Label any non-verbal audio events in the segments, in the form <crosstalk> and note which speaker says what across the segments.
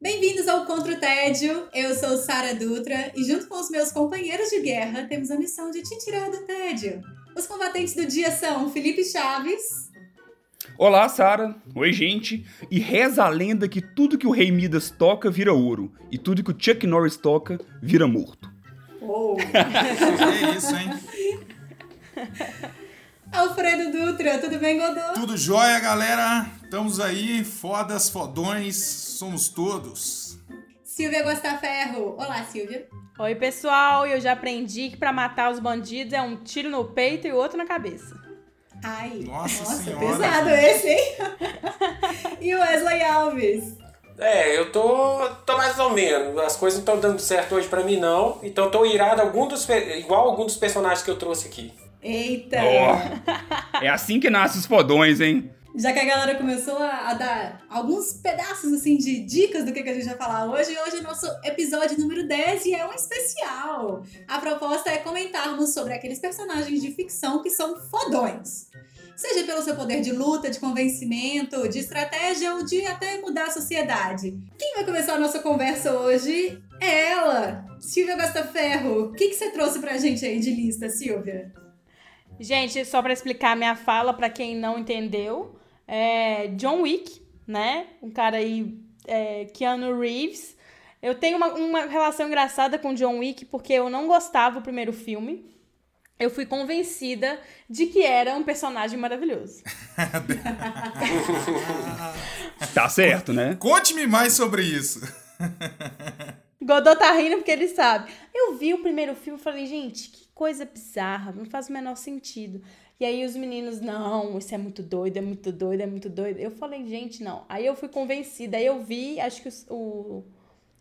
Speaker 1: Bem-vindos ao Contra o Tédio. Eu sou Sara Dutra e, junto com os meus companheiros de guerra, temos a missão de te tirar do tédio. Os combatentes do dia são Felipe Chaves.
Speaker 2: Olá, Sara. Oi, gente. E reza a lenda que tudo que o Rei Midas toca vira ouro e tudo que o Chuck Norris toca vira morto.
Speaker 1: Ou
Speaker 3: É isso, hein?
Speaker 1: Alfredo Dutra, tudo bem, Godô?
Speaker 3: Tudo jóia, galera? Estamos aí, fodas, fodões, somos todos.
Speaker 1: Silvia Gostaferro. Olá, Silvia.
Speaker 4: Oi, pessoal, eu já aprendi que pra matar os bandidos é um tiro no peito e outro na cabeça.
Speaker 1: Ai,
Speaker 3: Nossa Senhora,
Speaker 1: pesado
Speaker 3: gente.
Speaker 1: esse, hein? <laughs> e Wesley Alves.
Speaker 5: É, eu tô, tô mais ou menos. As coisas não estão dando certo hoje pra mim, não. Então tô irado algum dos, pe- igual algum dos personagens que eu trouxe aqui.
Speaker 1: Eita!
Speaker 2: Ó, é assim que nascem os fodões, hein?
Speaker 1: Já que a galera começou a, a dar alguns pedaços assim de dicas do que, que a gente vai falar hoje, hoje é nosso episódio número 10 e é um especial. A proposta é comentarmos sobre aqueles personagens de ficção que são fodões. Seja pelo seu poder de luta, de convencimento, de estratégia ou de até mudar a sociedade. Quem vai começar a nossa conversa hoje é ela, Silvia Gostaferro. O que, que você trouxe pra gente aí de lista, Silvia?
Speaker 4: Gente, só pra explicar minha fala pra quem não entendeu, é John Wick, né? Um cara aí, é, Keanu Reeves. Eu tenho uma, uma relação engraçada com John Wick porque eu não gostava do primeiro filme. Eu fui convencida de que era um personagem maravilhoso.
Speaker 3: Ah.
Speaker 2: Tá certo,
Speaker 3: <laughs>
Speaker 2: né?
Speaker 3: Conte-me mais sobre isso.
Speaker 4: Godot tá rindo porque ele sabe. Eu vi o primeiro filme e falei, gente, que coisa bizarra, não faz o menor sentido. E aí os meninos, não, isso é muito doido, é muito doido, é muito doido. Eu falei, gente, não. Aí eu fui convencida, aí eu vi, acho que os- o 2,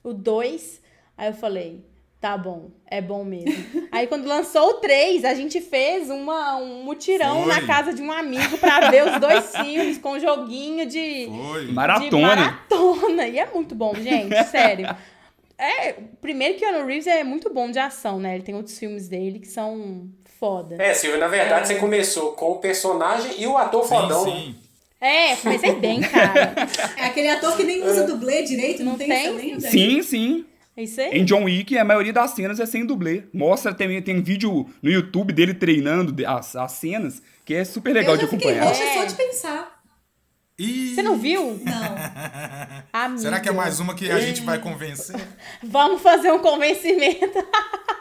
Speaker 4: o dois, aí eu falei, tá bom, é bom mesmo.
Speaker 3: <laughs>
Speaker 4: aí quando lançou o 3, a gente fez uma, um mutirão
Speaker 3: Foi.
Speaker 4: na casa de um amigo pra ver os dois filmes com um joguinho de
Speaker 3: Foi.
Speaker 4: de
Speaker 2: Maratona.
Speaker 4: maratona. E é muito bom, gente, sério. É, primeiro que o Keanu Reeves é muito bom de ação, né? Ele tem outros filmes dele que são foda.
Speaker 5: <laughs> É, Silvio, na verdade você começou com o personagem e o ator fodão. né?
Speaker 3: Sim, sim.
Speaker 4: É, comecei bem, cara.
Speaker 1: É aquele ator que nem usa dublê direito, não,
Speaker 4: Não
Speaker 1: tem,
Speaker 4: tem?
Speaker 1: essa lenda?
Speaker 2: Sim, sim.
Speaker 4: É isso aí.
Speaker 2: Em John Wick, a maioria das cenas é sem dublê. Mostra também, tem vídeo no YouTube dele treinando de- as, as cenas, que é super legal
Speaker 1: eu
Speaker 2: de
Speaker 1: já fiquei
Speaker 2: acompanhar.
Speaker 1: roxa
Speaker 4: É.
Speaker 1: só de pensar.
Speaker 3: Ih,
Speaker 4: Você não viu?
Speaker 1: Não.
Speaker 3: <laughs>
Speaker 4: Amigo,
Speaker 3: será que é mais uma que a gente vai convencer?
Speaker 4: Vamos fazer um convencimento. <laughs>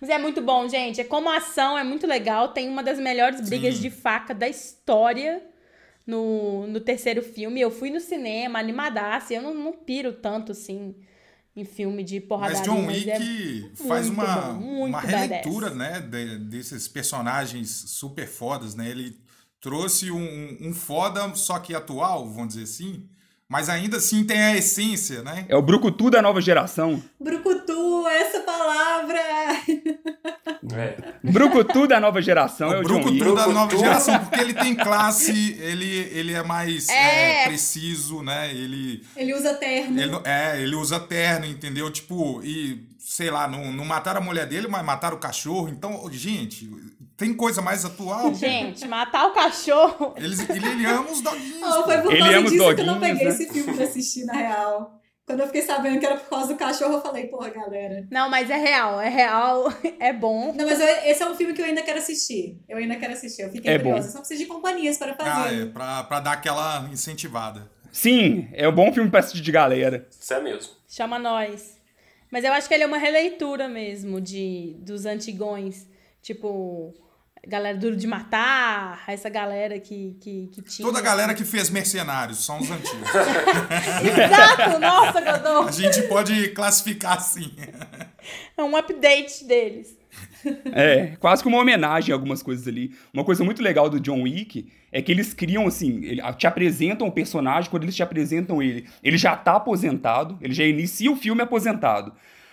Speaker 4: Mas é muito bom, gente. É como ação, é muito legal. Tem uma das melhores brigas
Speaker 3: Sim.
Speaker 4: de faca da história no, no terceiro filme. Eu fui no cinema, animadaça. e Eu não, não piro tanto, assim, em filme de porradaria.
Speaker 3: Mas John
Speaker 4: mas
Speaker 3: Wick
Speaker 4: é-
Speaker 3: faz
Speaker 4: muito
Speaker 3: uma,
Speaker 4: bom, muito
Speaker 3: uma
Speaker 4: badass.
Speaker 3: releitura, né, de- desses personagens super fodas, né? Ele trouxe um, um- um foda, só que atual, vamos dizer assim, mas ainda assim tem a essência, né?
Speaker 2: É o brucutu da nova geração.
Speaker 1: Brucutu, essa palavra!
Speaker 5: É.
Speaker 2: Brucutu da nova geração é o
Speaker 3: <laughs> O
Speaker 2: John
Speaker 3: Brucutu
Speaker 2: Wick.
Speaker 3: da nova
Speaker 5: Brucutu.
Speaker 3: geração, porque ele tem classe, ele, ele é mais é,
Speaker 4: É.
Speaker 3: preciso, né? Ele,
Speaker 1: Ele usa terno.
Speaker 3: ele, não- é, ele usa terno, entendeu? Tipo, e sei lá, não, não mataram a mulher dele, mas mataram o cachorro. Então, gente, tem coisa mais atual.
Speaker 4: Gente, matar o cachorro.
Speaker 3: Eles, ele, ele ama os doguinhos.
Speaker 1: Oh, foi por
Speaker 2: Ele
Speaker 1: causa
Speaker 2: ama os
Speaker 1: disso que eu não
Speaker 2: doguinhos,
Speaker 1: peguei
Speaker 2: né?
Speaker 1: esse filme pra assistir, na real. Quando eu fiquei sabendo que era por causa do cachorro, eu falei, porra, galera.
Speaker 4: Não, mas é real, é real, <laughs> é bom.
Speaker 1: Não, mas eu- esse é um filme que eu ainda quero assistir. Eu ainda quero assistir. Eu fiquei
Speaker 2: É
Speaker 1: curiosa.
Speaker 2: bom.
Speaker 1: Só preciso de companhias para
Speaker 3: Ah,
Speaker 1: fazer.
Speaker 3: é, pra, pra dar aquela incentivada.
Speaker 2: Sim, é um bom filme pra assistir de galera.
Speaker 5: Isso é mesmo.
Speaker 4: Chama nós. Mas eu acho que ele é uma releitura mesmo de dos antigões. Tipo, galera duro de matar, essa galera que, que, que tinha.
Speaker 3: Toda a galera que fez mercenários são os antigos.
Speaker 4: <laughs> Exato! Nossa, Godô!
Speaker 3: A gente pode classificar assim.
Speaker 4: É um update deles.
Speaker 2: É, quase que uma homenagem a algumas coisas ali. Uma coisa muito legal do John Wick é que eles criam, assim, ele- te apresentam o personagem, quando eles te apresentam ele, ele já tá aposentado, ele já inicia o filme aposentado.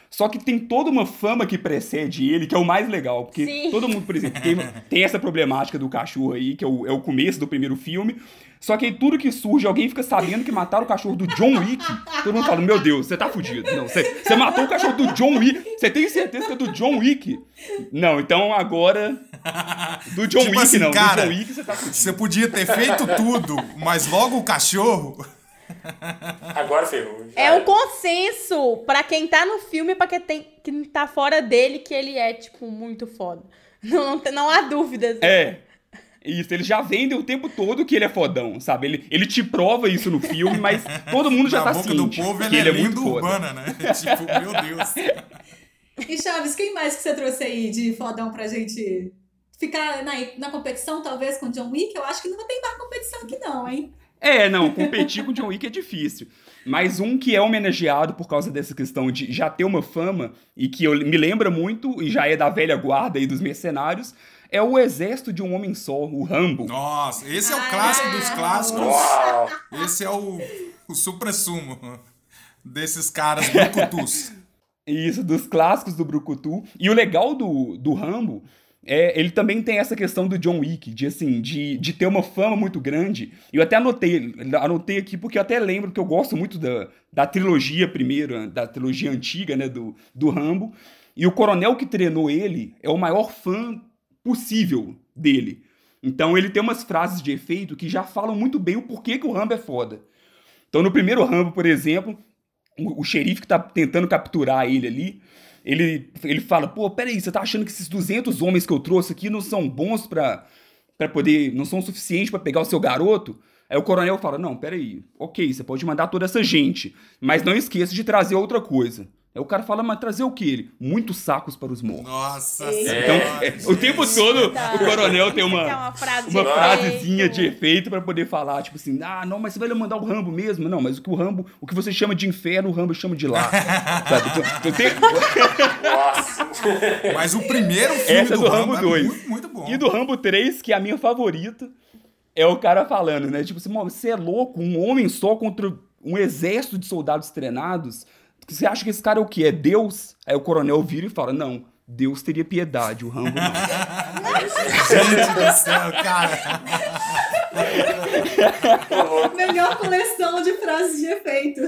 Speaker 2: Só que tem toda uma fama que precede ele, que é o mais legal. Porque
Speaker 4: Sim.
Speaker 2: todo mundo, por exemplo, tem, tem essa problemática do cachorro aí, que é o, é o começo do primeiro filme. Só que aí tudo que surge, alguém fica sabendo que mataram o cachorro do John Wick. Todo mundo fala, meu Deus, você tá fudido. Não, você, você matou o cachorro do John Wick. Você tem certeza que é do John Wick? Não, então agora... Do John
Speaker 3: Tipo
Speaker 2: Wick
Speaker 3: assim,
Speaker 2: não,
Speaker 3: cara,
Speaker 2: do John Wick você tá fudido.
Speaker 3: Você podia ter feito tudo, mas logo o cachorro.
Speaker 5: Agora ferrou.
Speaker 4: É um consenso pra quem tá no filme e pra quem, tem, quem tá fora dele, que ele é, tipo, muito foda. Não, não, tem- não há dúvidas.
Speaker 2: É. Isso, eles já vendem o tempo todo que ele é fodão, sabe? Ele, ele te prova isso no filme, mas todo mundo já
Speaker 3: Na
Speaker 2: tá
Speaker 3: boca do
Speaker 2: ciente
Speaker 3: povo,
Speaker 2: que ele
Speaker 3: ele,
Speaker 2: é muito
Speaker 3: lindo
Speaker 2: foda.
Speaker 3: urbana, né? <laughs> tipo, meu Deus.
Speaker 1: E Chaves, quem mais que você trouxe aí de fodão pra gente ficar na, na competição, talvez, com John Wick? Eu acho que não tem mais competição aqui, não, hein?
Speaker 2: É, não, competir com o John Wick é difícil. Mas um que é homenageado por causa dessa questão de já ter uma fama e que eu, me lembra muito e já é da velha guarda aí dos mercenários é o exército de um homem só, o Rambo.
Speaker 3: Nossa, esse é
Speaker 1: Ah,
Speaker 3: o clássico dos clássicos.
Speaker 5: Uau!
Speaker 3: Esse é o, o supra-sumo desses caras brucutus.
Speaker 2: Isso, dos clássicos do Brucutu. E o legal do, do Rambo é ele também tem essa questão do John Wick, de assim, de, de ter uma fama muito grande. Eu até anotei, anotei aqui porque eu até lembro que eu gosto muito da, da trilogia primeiro, da trilogia antiga, né, do, do Rambo. E o coronel que treinou ele é o maior fã possível dele. Então ele tem umas frases de efeito que já falam muito bem o porquê que o Rambo é foda. Então no primeiro Rambo, por exemplo, o, o xerife que tá tentando capturar ele ali, ele, ele fala, pô, peraí, você tá achando que esses 200 homens que eu trouxe aqui não são bons pra, pra poder, não são suficientes pra pegar o seu garoto? Aí o coronel fala, não, peraí, ok, você pode mandar toda essa gente, mas não esqueça de trazer outra coisa. Aí o cara fala, mas trazer o que ele? Muitos sacos para os mortos.
Speaker 3: Nossa
Speaker 4: Eita.
Speaker 2: Então,
Speaker 3: senhora.
Speaker 2: é, o tempo todo
Speaker 4: Tá.
Speaker 2: o coronel tem
Speaker 4: Tem
Speaker 2: uma,
Speaker 4: uma frase
Speaker 2: uma
Speaker 4: de
Speaker 2: frasezinha
Speaker 4: efeito.
Speaker 2: de efeito pra poder falar, tipo assim, ah, não, mas você vai mandar o Rambo mesmo? Não, mas o que o Rambo, o que você chama de inferno, o Rambo chama de lá. Sabe? Então, então tem-
Speaker 3: <laughs>
Speaker 5: Nossa! <laughs>
Speaker 3: Mas o primeiro filme
Speaker 2: Essa é
Speaker 3: do,
Speaker 2: do
Speaker 3: Rambo,
Speaker 2: Rambo dois.
Speaker 3: é muito, muito bom.
Speaker 2: E do Rambo 3, que é a minha favorita, é o cara falando, né? Tipo assim, "Mano, você é louco, um homem só contra um exército de soldados treinados. Você acha que esse cara é o quê? É Deus? Aí o coronel vira e fala, não, Deus teria piedade, o Rambo não.
Speaker 3: Gente do céu, cara.
Speaker 1: Melhor coleção de frases de efeito.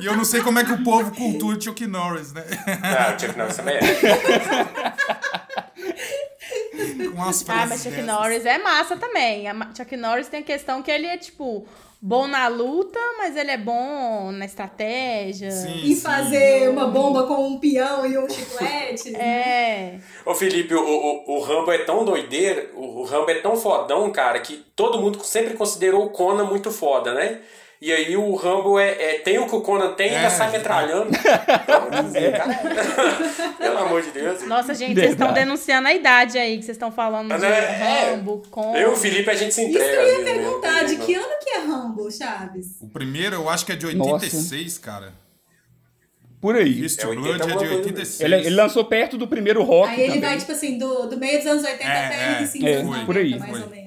Speaker 3: E eu não sei como é que o povo cultua Chuck Norris,
Speaker 4: <laughs>
Speaker 3: né?
Speaker 5: Não, Chuck Norris também é.
Speaker 3: Com as frases
Speaker 4: Ah, mas Chuck
Speaker 3: dessas.
Speaker 4: Norris é massa também. A ma- Chuck Norris tem a questão que ele é, tipo, bom na luta, mas ele é bom na estratégia.
Speaker 3: Sim,
Speaker 1: E
Speaker 3: sim.
Speaker 1: fazer uma bomba com um peão e um chiclete.
Speaker 4: É.
Speaker 5: Ô Felipe, o, o, o Rambo é tão doideira, o, o Rambo é tão fodão, cara, que todo mundo sempre considerou o Conan muito foda, né? E aí o Rambo é, é- tem o que o Conan tem e ainda
Speaker 3: É.
Speaker 5: sai metralhando. Cara, <laughs> Pelo amor de Deus.
Speaker 4: Nossa, gente, vocês estão
Speaker 2: Verdade.
Speaker 4: denunciando a idade aí que vocês estão falando
Speaker 5: Mas
Speaker 4: de
Speaker 5: é-
Speaker 4: Rambo, com.
Speaker 5: Eu e o Felipe, a gente se
Speaker 1: Isso que
Speaker 5: entrega.
Speaker 1: eu ia
Speaker 5: às vezes, né?
Speaker 1: perguntar, de que ano que é Rambo, Chaves?
Speaker 3: O primeiro eu acho que é de 86, cara.
Speaker 2: Por aí.
Speaker 3: Fist
Speaker 5: É
Speaker 3: Blood
Speaker 5: 80
Speaker 3: é
Speaker 5: alguma
Speaker 3: de
Speaker 5: coisa,
Speaker 3: 86.
Speaker 2: Ele, ele lançou perto do primeiro rock
Speaker 1: Aí ele
Speaker 2: também.
Speaker 1: vai, tipo assim, do, do meio dos anos 80
Speaker 3: É,
Speaker 1: até
Speaker 3: é,
Speaker 1: 25
Speaker 2: é,
Speaker 1: anos
Speaker 2: foi,
Speaker 1: 90,
Speaker 2: por aí,
Speaker 1: mais
Speaker 3: foi.
Speaker 1: ou menos.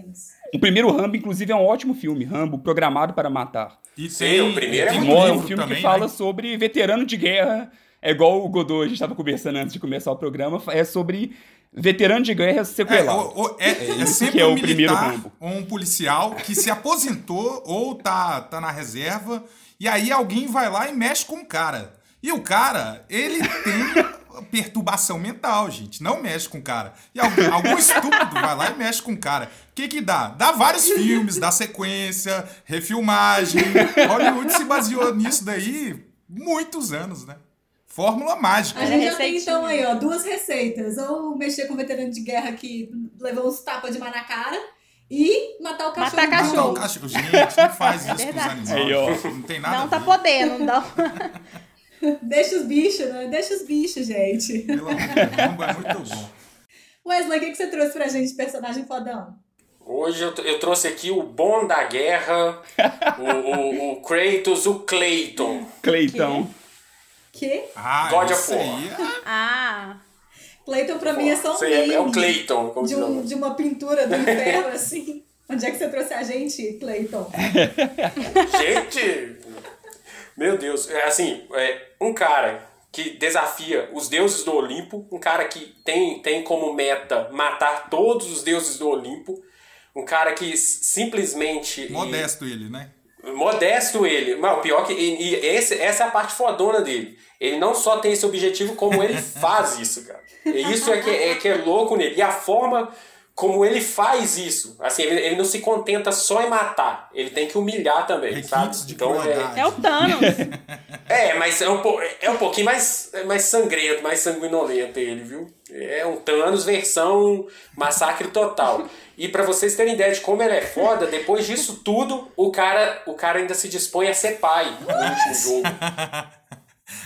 Speaker 2: O primeiro Rambo, inclusive, é um ótimo filme, Rambo, programado para matar.
Speaker 3: E
Speaker 5: Sim, o primeiro é
Speaker 3: tem
Speaker 5: muito
Speaker 2: Nó é um
Speaker 3: livro
Speaker 2: filme que
Speaker 3: também,
Speaker 2: fala
Speaker 3: né?
Speaker 2: sobre veterano de guerra. É igual o Godot, a gente estava conversando antes de começar o programa. É sobre veterano de guerra
Speaker 3: É,
Speaker 2: sequelado.
Speaker 3: o- o- é- é
Speaker 2: isso
Speaker 3: sempre
Speaker 2: que é
Speaker 3: um
Speaker 2: o primeiro
Speaker 3: militar
Speaker 2: Rambo.
Speaker 3: ou um policial que se aposentou ou tá, tá na reserva, e aí alguém vai lá e mexe com o cara. E o cara, ele tem <laughs> perturbação mental, gente. Não mexe com o cara. E algum, algum estúpido vai lá e mexe com o cara. O que que dá? Dá vários filmes, dá sequência, refilmagem. Hollywood se baseou nisso daí muitos anos, né? Fórmula mágica.
Speaker 1: A
Speaker 4: É,
Speaker 1: gente já tem
Speaker 4: receitinha.
Speaker 1: então aí, ó, duas receitas. Ou mexer com o veterano de guerra que levou uns tapas de mar na cara e matar o cachorro. do
Speaker 4: Matar
Speaker 3: Matar
Speaker 4: cachorro.
Speaker 1: Rambo.
Speaker 3: o cachorro. Gente, não faz
Speaker 4: É
Speaker 3: isso com os
Speaker 4: verdade.
Speaker 3: animais.
Speaker 2: Aí, ó.
Speaker 3: Não tem nada
Speaker 4: Não
Speaker 3: a
Speaker 4: tá
Speaker 3: ver.
Speaker 4: podendo,
Speaker 5: <laughs>
Speaker 4: não.
Speaker 1: Deixa os bichos, né? Deixa os bichos, gente.
Speaker 3: Pelo amor de Deus, Rambo é muito bom.
Speaker 1: Wesley, o que, que você trouxe pra gente de personagem fodão?
Speaker 5: Hoje eu, tr- eu trouxe aqui o Bom da Guerra, o, o, o Kratos, o Clayton.
Speaker 2: Cleitão.
Speaker 1: Que?
Speaker 3: Ah,
Speaker 5: God of
Speaker 3: isso
Speaker 5: War.
Speaker 3: aí é-
Speaker 4: Ah.
Speaker 1: Clayton pra mim é só um
Speaker 5: Isso aí é,
Speaker 1: meme
Speaker 5: é o Clayton, como
Speaker 1: de,
Speaker 5: se chama.
Speaker 1: um, de uma pintura <laughs> do inferno, assim. Onde é que você trouxe a gente, Clayton?
Speaker 5: Gente! Meu Deus. É assim, é, um cara que desafia os deuses do Olimpo, um cara que tem, tem como meta matar todos os deuses do Olimpo, um cara que s- simplesmente.
Speaker 3: é Modesto ele, né?
Speaker 5: Modesto ele. Mas o pior é que. E, e esse- essa é a parte fodona dele. Ele não só tem esse objetivo,
Speaker 3: <laughs>
Speaker 5: como ele faz isso, cara. E isso é que é, que é louco nele. E a forma como ele faz isso. Assim, ele, ele não se contenta só em matar. Ele tem que humilhar também,
Speaker 3: Requintes
Speaker 5: sabe?
Speaker 3: de
Speaker 5: é,
Speaker 3: crueldade.
Speaker 4: É o Thanos.
Speaker 5: é, mas é um, po- é um pouquinho mais, mais sangrento, mais sanguinolento ele, viu? É um Thanos versão massacre total. E pra vocês terem ideia de como ele é foda, depois disso tudo, o cara, o cara ainda se dispõe a ser pai no último jogo.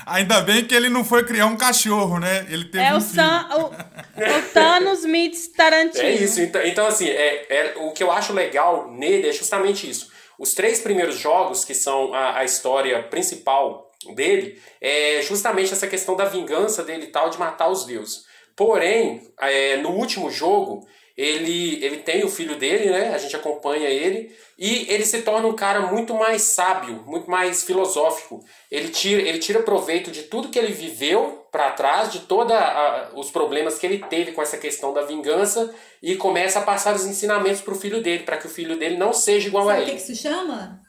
Speaker 3: Ainda bem que ele não foi criar um cachorro, né? Ele teve
Speaker 4: é
Speaker 3: um
Speaker 4: o,
Speaker 3: filho.
Speaker 4: San, o, o Thanos meets Tarantino.
Speaker 5: É isso, então, então assim, é, é- o que eu acho legal nele é justamente isso. Os três primeiros jogos, que são a, a história principal dele, é justamente essa questão da vingança dele e tal, de matar os deuses. Porém, é, no último jogo, ele, ele tem o filho dele, né? A gente acompanha ele. E ele se torna um cara muito mais sábio, muito mais filosófico. Ele tira, ele tira proveito de tudo que ele viveu para trás, de todos os problemas que ele teve com essa questão da vingança, e começa a passar os ensinamentos pro filho dele, para que o filho dele não seja igual a
Speaker 1: Sabe o que,
Speaker 5: ele.
Speaker 1: que se chama?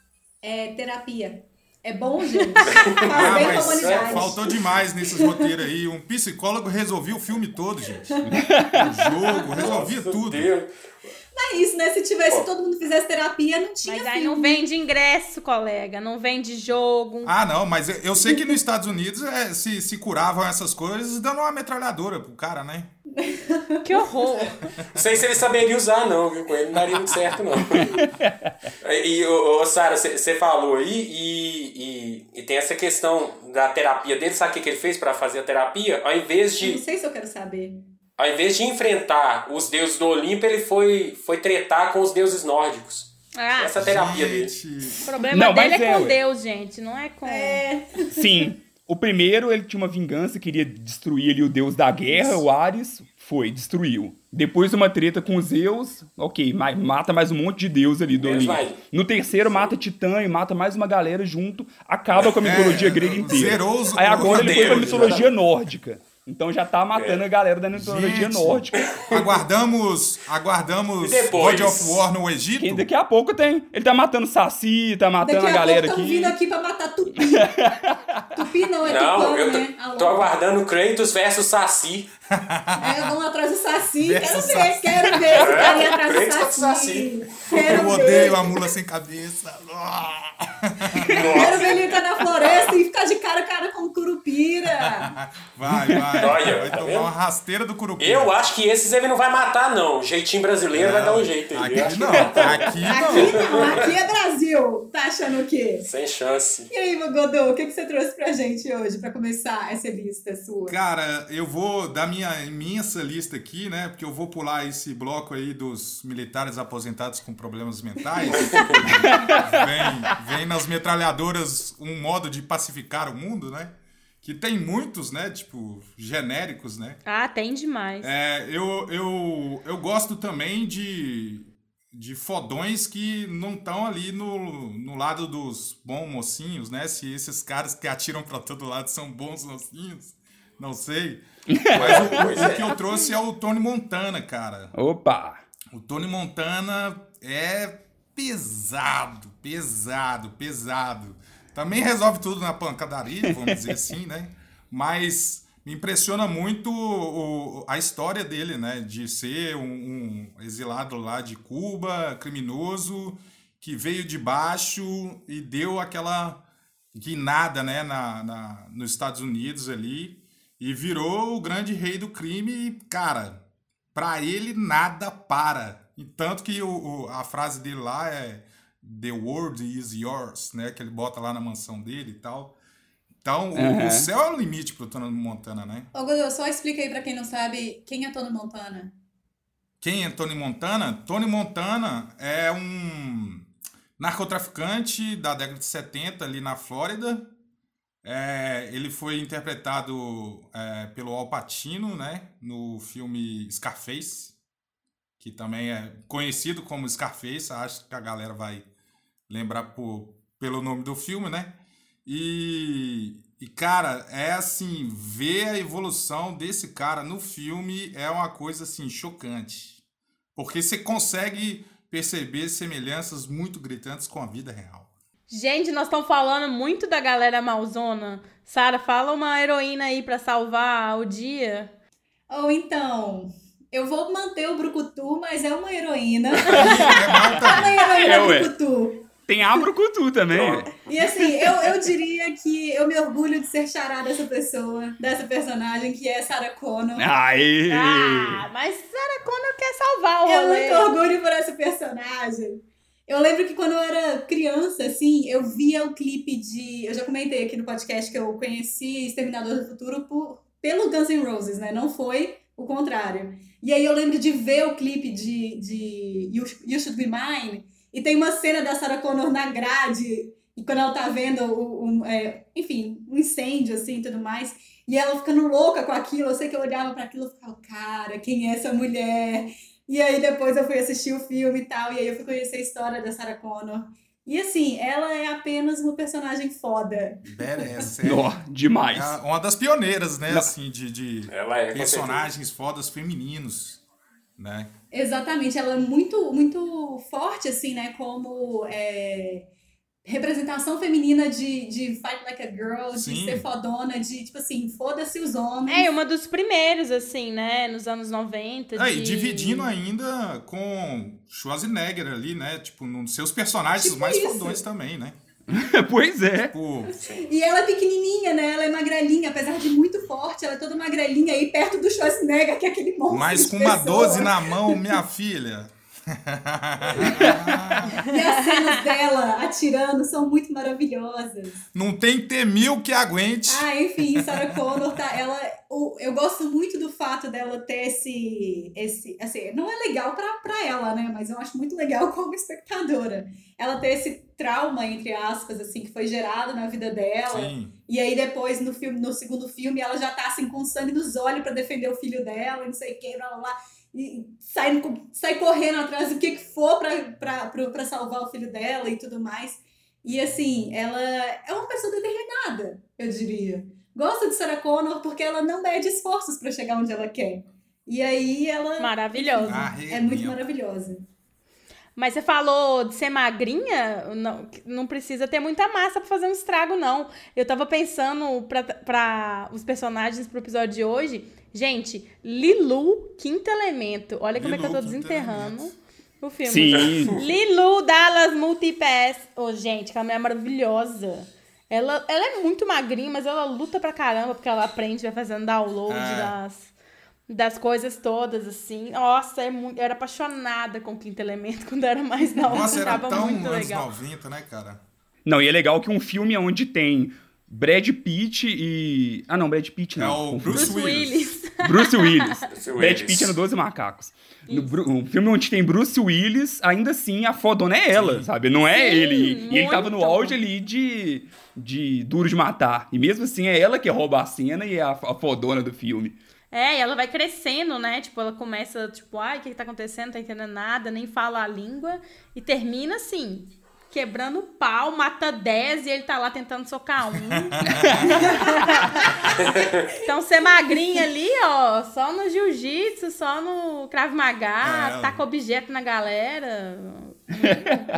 Speaker 1: É terapia. É bom, <laughs> gente.
Speaker 3: Ah,
Speaker 1: Faz bem pra
Speaker 3: mas
Speaker 1: humanidade.
Speaker 3: faltou demais nesses roteiros aí. Um psicólogo resolvia o filme todo, gente. O jogo, resolvia
Speaker 5: Nossa,
Speaker 3: tudo.
Speaker 5: Deus.
Speaker 1: É isso, né? Se tivesse, se todo mundo fizesse terapia, não tinha
Speaker 4: Mas aí
Speaker 1: filme.
Speaker 4: não vende ingresso, colega. Não vende jogo.
Speaker 3: Ah, não, mas eu- eu sei que nos Estados Unidos é, se, se curavam essas coisas dando uma metralhadora pro cara, né?
Speaker 5: Ah.
Speaker 4: Que
Speaker 5: <laughs>
Speaker 4: horror.
Speaker 5: Não sei se ele saberia usar, não, viu? Com ele não daria muito certo, não. e, ô, ô, Sara, você falou aí, e, e, e tem essa questão da terapia dele. Sabe o que, que ele fez para fazer a terapia? Ao invés
Speaker 1: Eu
Speaker 5: de
Speaker 1: não sei se eu quero saber.
Speaker 5: ao invés de enfrentar os deuses do Olimpo, ele foi, foi tretar com os deuses nórdicos.
Speaker 4: Ah,
Speaker 5: Essa é a terapia dele.
Speaker 4: o
Speaker 3: Gente,
Speaker 4: problema
Speaker 2: Não,
Speaker 4: dele
Speaker 2: mas
Speaker 4: é,
Speaker 2: é,
Speaker 4: com
Speaker 2: ué.
Speaker 4: Deus, gente. Não é com...
Speaker 1: É,
Speaker 2: Sim. O primeiro, ele tinha uma vingança, queria destruir ali o deus da guerra, o Ares. Foi, destruiu. Depois uma treta com os Zeus, ok, ma- mata mais um monte de deus ali do
Speaker 5: Menos
Speaker 2: Olimpo.
Speaker 5: mais.
Speaker 2: No terceiro, mata Titã e mata mais uma galera junto, acaba com a mitologia
Speaker 3: É,
Speaker 2: grega inteira.
Speaker 3: zerou os-
Speaker 2: Aí agora ele foi pra
Speaker 5: Deus, É.
Speaker 2: mitologia nórdica. Então já tá matando a galera da mitologia
Speaker 3: Gente.
Speaker 2: nórdica.
Speaker 3: aguardamos, aguardamos
Speaker 5: E depois?
Speaker 3: God of War no Egito.
Speaker 2: Que daqui a pouco tem. Ele tá matando Saci, tá matando
Speaker 1: daqui
Speaker 2: a
Speaker 1: a pouco
Speaker 2: galera
Speaker 1: estão
Speaker 2: aqui.
Speaker 1: vindo aqui pra matar tupi. tupi não, é
Speaker 5: Não,
Speaker 1: tupã,
Speaker 5: eu
Speaker 1: né?
Speaker 5: tô, tô
Speaker 1: Alô.
Speaker 5: aguardando Kratos versus Saci.
Speaker 1: É, vamos atrás do Saci. Quero
Speaker 3: Versus
Speaker 1: ver, quero ver. esse cara
Speaker 5: É,
Speaker 1: ir atrás
Speaker 5: Crente
Speaker 1: do
Speaker 5: contra o
Speaker 1: Saci.
Speaker 5: Saci.
Speaker 1: Quero
Speaker 3: Eu
Speaker 1: ver.
Speaker 3: odeio a mula sem cabeça.
Speaker 1: Quero ver ele entrar na floresta e ficar de cara a cara com o Curupira.
Speaker 3: Vai, vai.
Speaker 5: Olha,
Speaker 3: vai
Speaker 5: tá
Speaker 3: tomar
Speaker 5: vendo?
Speaker 3: uma rasteira do curupira.
Speaker 5: Eu acho que esses ele não vai matar, não. O jeitinho brasileiro vai dar um jeito. aí. Eu
Speaker 3: Aqui
Speaker 5: acho que
Speaker 3: não, tá
Speaker 5: vai matar.
Speaker 3: aqui
Speaker 1: Aqui
Speaker 3: não.
Speaker 1: não, aqui é Brasil. Tá achando o quê?
Speaker 5: <laughs> Sem chance.
Speaker 1: E aí, Godô, o que, que você trouxe pra gente hoje pra começar essa lista sua?
Speaker 3: Cara, eu vou dar minha imensa lista aqui, né? Porque eu vou pular esse bloco aí dos militares aposentados com problemas mentais. vem, vem nas metralhadoras um modo de pacificar o mundo, né? Que tem muitos, né? Tipo, genéricos, né?
Speaker 4: Ah, tem demais.
Speaker 3: É, eu, eu, eu gosto também de, de fodões que não estão ali no, no lado dos bons mocinhos, né? Se esses caras que atiram pra todo lado são bons mocinhos, não sei. Mas o,
Speaker 5: Pois
Speaker 3: o
Speaker 5: é.
Speaker 3: que eu trouxe é o Tony Montana, cara.
Speaker 2: Opa!
Speaker 3: O Tony Montana é pesado, pesado, pesado. Também resolve tudo na pancadaria, vamos dizer assim, né? Mas me impressiona muito o- a história dele, né? De ser um, um exilado lá de Cuba, criminoso, que veio de baixo e deu aquela guinada, né? Na, na- nos Estados Unidos ali e virou o grande rei do crime. E, cara, Pra ele nada para. E tanto que o, o- a frase dele lá é The world is yours, né? Que ele bota lá na mansão dele e tal. Então, o- o,
Speaker 2: Uhum.
Speaker 3: céu é o limite pro Tony Montana, né?
Speaker 1: Ô, Godô, só explica aí pra quem não sabe quem é Tony Montana.
Speaker 3: Quem é Tony Montana? Tony Montana é um narcotraficante da década de 70 ali na Flórida. É, ele foi interpretado é, pelo Al Pacino, né? No filme Scarface, que também é conhecido como Scarface. Acho que a galera vai lembrar por- pelo nome do filme, né? E, E, cara, é assim, ver a evolução desse cara no filme é uma coisa, assim, chocante. Porque você consegue perceber semelhanças muito gritantes com a
Speaker 1: <laughs>
Speaker 3: vida real.
Speaker 4: Gente, nós estamos falando muito da galera malzona. Sara, fala uma heroína aí pra salvar o dia.
Speaker 1: Ou então, eu vou manter o Brucutu, mas é uma <laughs> heroína.
Speaker 3: É mal
Speaker 1: É uma
Speaker 3: também.
Speaker 1: heroína
Speaker 2: É, ué.
Speaker 1: Brucutu.
Speaker 2: Tem Abrucutu também.
Speaker 1: E assim, eu, eu diria que eu me orgulho de ser chará dessa pessoa, dessa personagem que é Sarah Connor.
Speaker 2: Aí.
Speaker 4: Ah, mas Sarah Connor quer salvar o
Speaker 1: Eu
Speaker 4: rolê.
Speaker 1: muito orgulho por essa personagem. Eu lembro que quando eu era criança, assim, eu via o clipe de. Eu já comentei aqui no podcast que eu conheci Exterminador do Futuro por, pelo Guns N' Roses, né? Não foi o contrário. E aí eu lembro de ver o clipe de, de you, You Should Be Mine. E tem uma cena da Sarah Connor na grade, e quando ela tá vendo, o, um, é, enfim, um incêndio, assim, e tudo mais. E ela ficando louca com aquilo. Eu sei que eu olhava para aquilo e ficava, cara, quem é essa mulher? E aí depois eu fui assistir o filme e tal, e aí eu fui conhecer a história da Sarah Connor. E assim, ela é apenas uma personagem foda.
Speaker 3: Badass, é.
Speaker 2: Nó, demais.
Speaker 3: É uma das pioneiras, né,
Speaker 2: Não.
Speaker 3: assim, de, de
Speaker 5: Ela é com
Speaker 3: personagens fodas femininos, né?
Speaker 1: Exatamente, ela é muito, muito forte, assim, né? Como é, representação feminina de, de fight like a girl, de
Speaker 3: Sim.
Speaker 1: ser fodona, de tipo assim, foda-se os homens.
Speaker 4: É, uma dos primeiros, assim, né? Nos anos 90.
Speaker 3: Aí,
Speaker 4: de-
Speaker 3: Ah, dividindo ainda com Schwarzenegger ali, né? Tipo, nos seus personagens
Speaker 1: Tipo
Speaker 3: mais
Speaker 1: isso.
Speaker 3: fodões também, né?
Speaker 2: <laughs> pois é.
Speaker 3: Tipo,
Speaker 1: E ela é pequenininha, né? Ela é magrelinha, apesar de muito forte, ela é toda magrelinha aí perto do Schwarzenegger, que é aquele monstro.
Speaker 3: mas
Speaker 1: de
Speaker 3: com uma
Speaker 1: pessoa.
Speaker 3: 12 na mão, minha filha. <laughs>
Speaker 1: E as cenas dela atirando são muito maravilhosas.
Speaker 3: Não tem temil que aguente.
Speaker 1: Ah, enfim, Sarah Connor, tá? Ela, o- eu gosto muito do fato dela ter esse, esse assim, não é legal pra, pra ela, né? Mas eu acho muito legal <laughs> como espectadora. Ela ter esse trauma, entre aspas, assim, que foi gerado na vida
Speaker 4: Ah, é,
Speaker 1: dela.
Speaker 3: Sim.
Speaker 1: E aí depois, no filme, no segundo filme, ela já tá assim com sangue nos olhos pra defender o filho dela, e não sei o que, blá blá blá. E sai, co- sai correndo atrás do que, que for pra, pra, pro- pra salvar o filho dela e tudo mais. E assim, ela é uma pessoa determinada, eu diria. Gosta de Sarah Connor porque ela não mede esforços pra chegar onde ela quer. E aí ela
Speaker 4: Maravilhoso.
Speaker 1: é muito
Speaker 3: Arrebenta.
Speaker 1: maravilhosa.
Speaker 4: Mas você falou de ser magrinha, não, não precisa ter muita massa pra fazer um estrago, não. Eu tava pensando pra, pra os personagens pro episódio de hoje. Gente, Lilu, quinto elemento. Olha como é que eu
Speaker 3: Lilu,
Speaker 4: tô
Speaker 3: Quinto
Speaker 4: desenterrando
Speaker 3: Elemento.
Speaker 4: o filme.
Speaker 2: Sim.
Speaker 4: Lilu Dallas Multipass. Ô, gente, aquela mulher é maravilhosa. Ela, ela é muito magrinha, mas ela luta pra caramba, porque ela aprende, vai fazendo download
Speaker 3: É.
Speaker 4: das, das coisas todas, assim. Nossa, é muito, eu era apaixonada com o Quinto Elemento <laughs> quando eu era mais nova.
Speaker 3: Nossa, era
Speaker 4: achava
Speaker 3: tão
Speaker 4: muito
Speaker 3: anos
Speaker 4: legal.
Speaker 3: 90, né, cara?
Speaker 2: Não, e é legal que um filme onde tem Brad Pitt e. Ah, não, Brad Pitt não.
Speaker 3: É o
Speaker 2: Confundi.
Speaker 4: Bruce
Speaker 3: Bruce
Speaker 4: Willis.
Speaker 3: Willis.
Speaker 2: <laughs> Bruce Willis.
Speaker 5: Bruce
Speaker 2: Brad
Speaker 5: Willis.
Speaker 2: Pitt no 12 Macacos. No Bru- um filme onde tem Bruce Willis, ainda assim a fodona é ela, sabe? Não é
Speaker 4: Sim,
Speaker 2: ele. E ele
Speaker 4: muito.
Speaker 2: tava no auge ali de, de Duro de Matar. E mesmo assim é ela que rouba a cena e é a, f- a fodona do filme.
Speaker 4: É, e ela vai crescendo, né? Tipo, ela começa, tipo, ai, o que, que tá acontecendo? Não tá entendendo nada, nem fala a língua. E termina assim, quebrando o pau, mata 10 e ele tá lá tentando socar um. então, ser magrinha ali, ó, só no jiu-jitsu, só no Krav Maga,
Speaker 3: É.
Speaker 4: taca objeto na galera.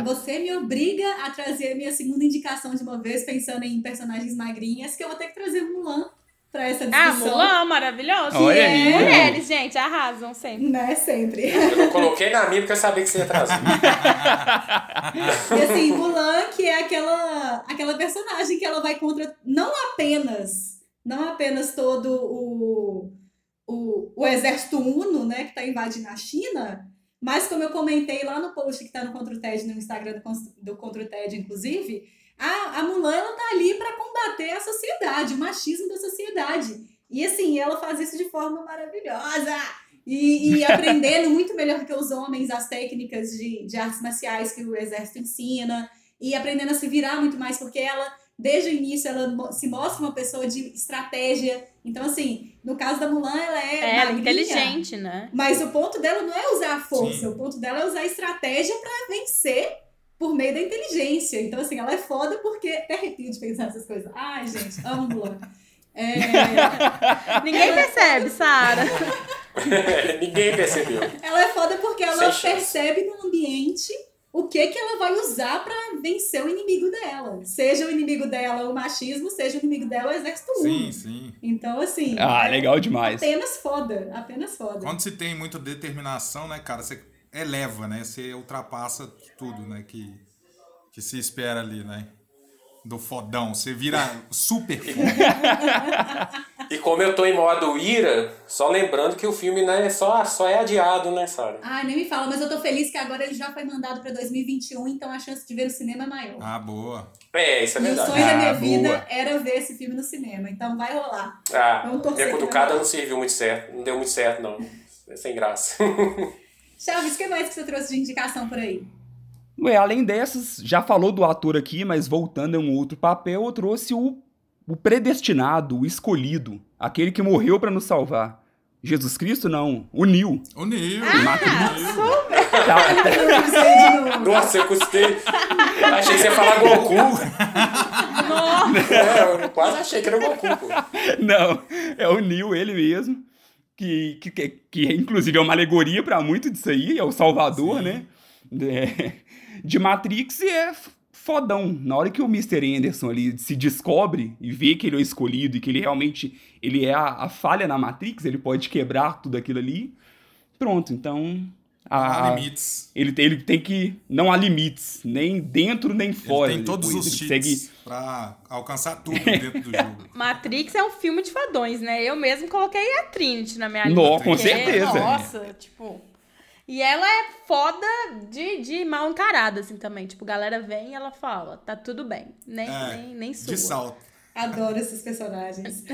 Speaker 1: Você me obriga a trazer minha segunda indicação de uma vez, pensando em personagens magrinhas, que eu vou ter que trazer Mulan pra essa
Speaker 4: Ah,
Speaker 1: discussão.
Speaker 4: Mulan, maravilhoso.
Speaker 2: Olha
Speaker 4: É,
Speaker 2: aí.
Speaker 4: Mulheres, gente, arrasam sempre.
Speaker 1: Né, sempre. <laughs>
Speaker 5: Eu não coloquei na minha porque eu sabia que você ia trazer.
Speaker 3: <laughs>
Speaker 5: <laughs>
Speaker 1: E assim, Mulan, que é aquela, aquela personagem que ela vai contra não apenas, não apenas todo o, o, o exército Uno, né, que tá invadindo a China, mas como eu comentei lá no post que tá no Contra o TED, no Instagram do, Cons- do Contra o TED, inclusive, a, a Mulan, ela tá ali para combater a sociedade, o machismo da sociedade. E assim, ela faz isso de forma maravilhosa.
Speaker 4: <laughs>
Speaker 1: E, e aprendendo muito melhor que os homens as técnicas de, de artes marciais que o exército ensina. E aprendendo a se virar muito mais, porque ela, desde o início, ela mo- se mostra uma pessoa de estratégia. Então, assim, no caso da Mulan, ela é.
Speaker 4: É, ela é
Speaker 1: magrinha,
Speaker 4: inteligente, né?
Speaker 1: Mas o ponto dela não é usar a força,
Speaker 3: Sim.
Speaker 1: o ponto dela é usar a estratégia para vencer por meio da inteligência. Então, assim, ela é foda porque até arrepio de pensar essas coisas. Ai, gente, amo Mulan.
Speaker 3: <laughs>
Speaker 1: É,
Speaker 4: Ninguém percebe, Sara.
Speaker 5: Ninguém percebeu.
Speaker 1: ela é foda porque ela
Speaker 5: Sem chance.
Speaker 1: percebe no ambiente o que que ela vai usar pra vencer o inimigo dela. Seja o inimigo dela o machismo, seja o inimigo dela o exército
Speaker 3: Sim,
Speaker 1: humano.
Speaker 3: sim.
Speaker 1: Então, assim,
Speaker 2: Ah,
Speaker 1: é
Speaker 2: legal demais.
Speaker 1: apenas foda, apenas foda.
Speaker 3: Quando se tem muita determinação, né, cara, você eleva, né? Você ultrapassa tudo, né? Que, que se espera ali, né? Do fodão. Você vira super foda.
Speaker 5: E como eu tô em modo ira, só lembrando que o filme né, só, só é adiado, né, Sara?
Speaker 1: Ai, nem me fala, mas eu tô feliz que agora ele já foi mandado pra 2021, então a chance de ver no cinema é maior.
Speaker 3: Ah, boa.
Speaker 5: É, isso é
Speaker 1: e o
Speaker 5: verdade.
Speaker 1: sonho da minha
Speaker 2: Ah,
Speaker 1: vida
Speaker 2: boa.
Speaker 1: era ver esse filme no cinema, então vai rolar.
Speaker 5: Ah,
Speaker 1: Vamos torcer
Speaker 5: minha
Speaker 1: que
Speaker 5: cutucada
Speaker 1: não.
Speaker 5: não serviu muito certo. Não deu muito certo, não. É sem graça. <laughs>
Speaker 1: Chaves, o que mais que você trouxe de indicação por
Speaker 3: <laughs>
Speaker 1: aí?
Speaker 2: Ué, além dessas, já falou do ator aqui, mas voltando a um outro papel, eu trouxe o, o predestinado, o escolhido, aquele que morreu pra nos salvar. Jesus Cristo não, o
Speaker 3: <laughs>
Speaker 2: Neo.
Speaker 3: O Neo.
Speaker 4: Ah,
Speaker 2: Tá,
Speaker 1: Eu não sei de novo.
Speaker 5: Nossa, eu custei. Achei que você ia falar Goku.
Speaker 4: Nossa.
Speaker 5: É, eu quase achei que era Goku, pô.
Speaker 2: <laughs> não, é o Neo, ele mesmo, que, que, que, que, inclusive é uma alegoria pra muito disso aí, é o salvador,
Speaker 3: Sim.
Speaker 2: né? É, de Matrix e é f- fodão. Na hora que o Mr. Anderson ali se descobre e vê que ele é o escolhido e que ele realmente ele é a, a falha na Matrix, ele pode quebrar tudo aquilo ali. Pronto, então a-
Speaker 3: Há limites.
Speaker 2: ele, tem- ele tem que não há limites, nem dentro nem
Speaker 3: Ele
Speaker 2: fora.
Speaker 3: tem todos
Speaker 2: depois,
Speaker 3: os
Speaker 2: ele segue-
Speaker 3: cheats pra alcançar tudo dentro do jogo.
Speaker 4: Matrix é um filme de fadões, né? Eu mesmo coloquei a Trinity na minha
Speaker 2: Nó,
Speaker 4: lista,
Speaker 2: com
Speaker 4: porque, é
Speaker 2: certeza.
Speaker 4: Nossa, tipo. E ela é foda de, de mal encarada, assim, também. Tipo, a galera vem e ela fala, tá tudo bem. Nem,
Speaker 3: É,
Speaker 4: Ah, nem, nem sua.
Speaker 3: De salto.
Speaker 1: Adoro esses personagens.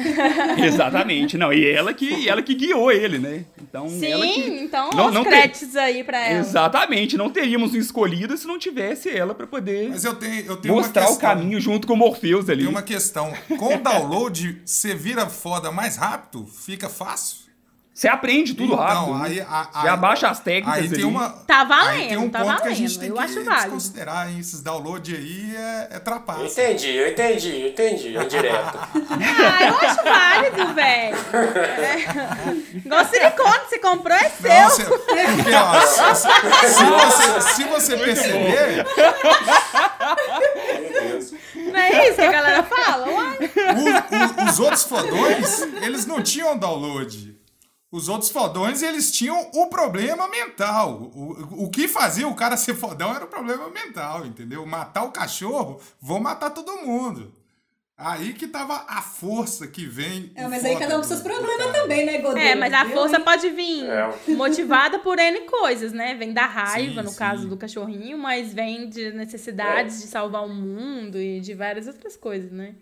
Speaker 2: Exatamente, não. E ela que e ela que guiou ele, né? Então ela
Speaker 4: Sim,
Speaker 2: que
Speaker 4: então
Speaker 2: Não-
Speaker 4: os
Speaker 2: não tem-
Speaker 4: créditos aí pra
Speaker 3: é.
Speaker 4: ela.
Speaker 2: Exatamente, não teríamos um escolhido se não tivesse ela pra poder
Speaker 3: Mas eu tenho, eu tenho
Speaker 2: mostrar
Speaker 3: uma
Speaker 2: o
Speaker 3: questão.
Speaker 2: caminho junto com o Morpheus ali.
Speaker 3: Tem uma questão. Com o download, você vira foda mais rápido? Fica fácil?
Speaker 2: Você aprende tudo rápido.
Speaker 3: Então, Aí,
Speaker 2: né?
Speaker 3: a-
Speaker 2: Você
Speaker 3: aí-
Speaker 2: abaixa as técnicas
Speaker 3: Aí
Speaker 2: ali.
Speaker 3: tem uma.
Speaker 4: Tá
Speaker 3: aí tem
Speaker 4: valendo,
Speaker 3: um
Speaker 4: tá
Speaker 3: ponto
Speaker 4: valendo.
Speaker 3: que a gente tem
Speaker 4: eu
Speaker 3: que
Speaker 4: acho válido.
Speaker 3: desconsiderar, hein? Esses download aí é, é
Speaker 5: Eu
Speaker 3: trapaça.
Speaker 5: entendi, eu entendi, eu entendi. É direto.
Speaker 4: Ah, eu acho válido, velho. É.
Speaker 2: <laughs>
Speaker 4: Igual silicone, você comprou, é seu.
Speaker 3: Não, você, porque, ó, se, se- se você, se você perceber,
Speaker 5: Meu Deus.
Speaker 4: Não é isso que a galera fala? Uai.
Speaker 3: o- o- Um, os outros fodões, eles não tinham download. Os outros fodões, eles tinham o problema mental. O, o que fazia o cara ser fodão era o problema mental, entendeu? Matar o cachorro, vou matar todo mundo. Aí que tava a força que vem.
Speaker 1: É,
Speaker 3: o
Speaker 1: mas aí
Speaker 3: foda
Speaker 1: cada um com
Speaker 3: do-
Speaker 1: seus
Speaker 3: do
Speaker 1: problemas
Speaker 3: cara.
Speaker 1: também, né, Godô?
Speaker 4: É, mas a
Speaker 1: Eu,
Speaker 4: força
Speaker 1: hein?
Speaker 4: pode vir
Speaker 5: É.
Speaker 4: <laughs> motivada por N coisas, né? Vem da raiva,
Speaker 3: Sim,
Speaker 4: no
Speaker 3: sim.
Speaker 4: caso do cachorrinho, mas vem de necessidades de salvar o mundo e de várias outras coisas, né?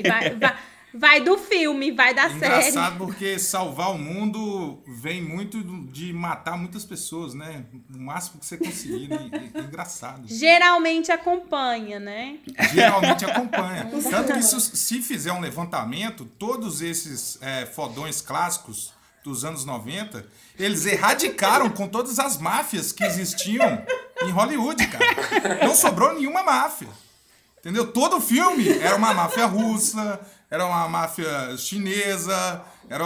Speaker 3: <laughs>
Speaker 4: vai, vai, vai do filme, vai da série.
Speaker 3: Engraçado porque salvar o mundo vem muito de matar muitas pessoas, né? O máximo que você conseguir, né?
Speaker 1: <laughs>
Speaker 3: É Engraçado.
Speaker 4: Geralmente acompanha, né?
Speaker 3: Geralmente acompanha. Tanto que se, se fizer um levantamento, todos esses é, fodões clássicos dos anos 90, eles erradicaram com todas as máfias que existiam em Hollywood, cara. Não sobrou nenhuma máfia. Entendeu? Todo filme era uma máfia russa, era uma máfia chinesa, era,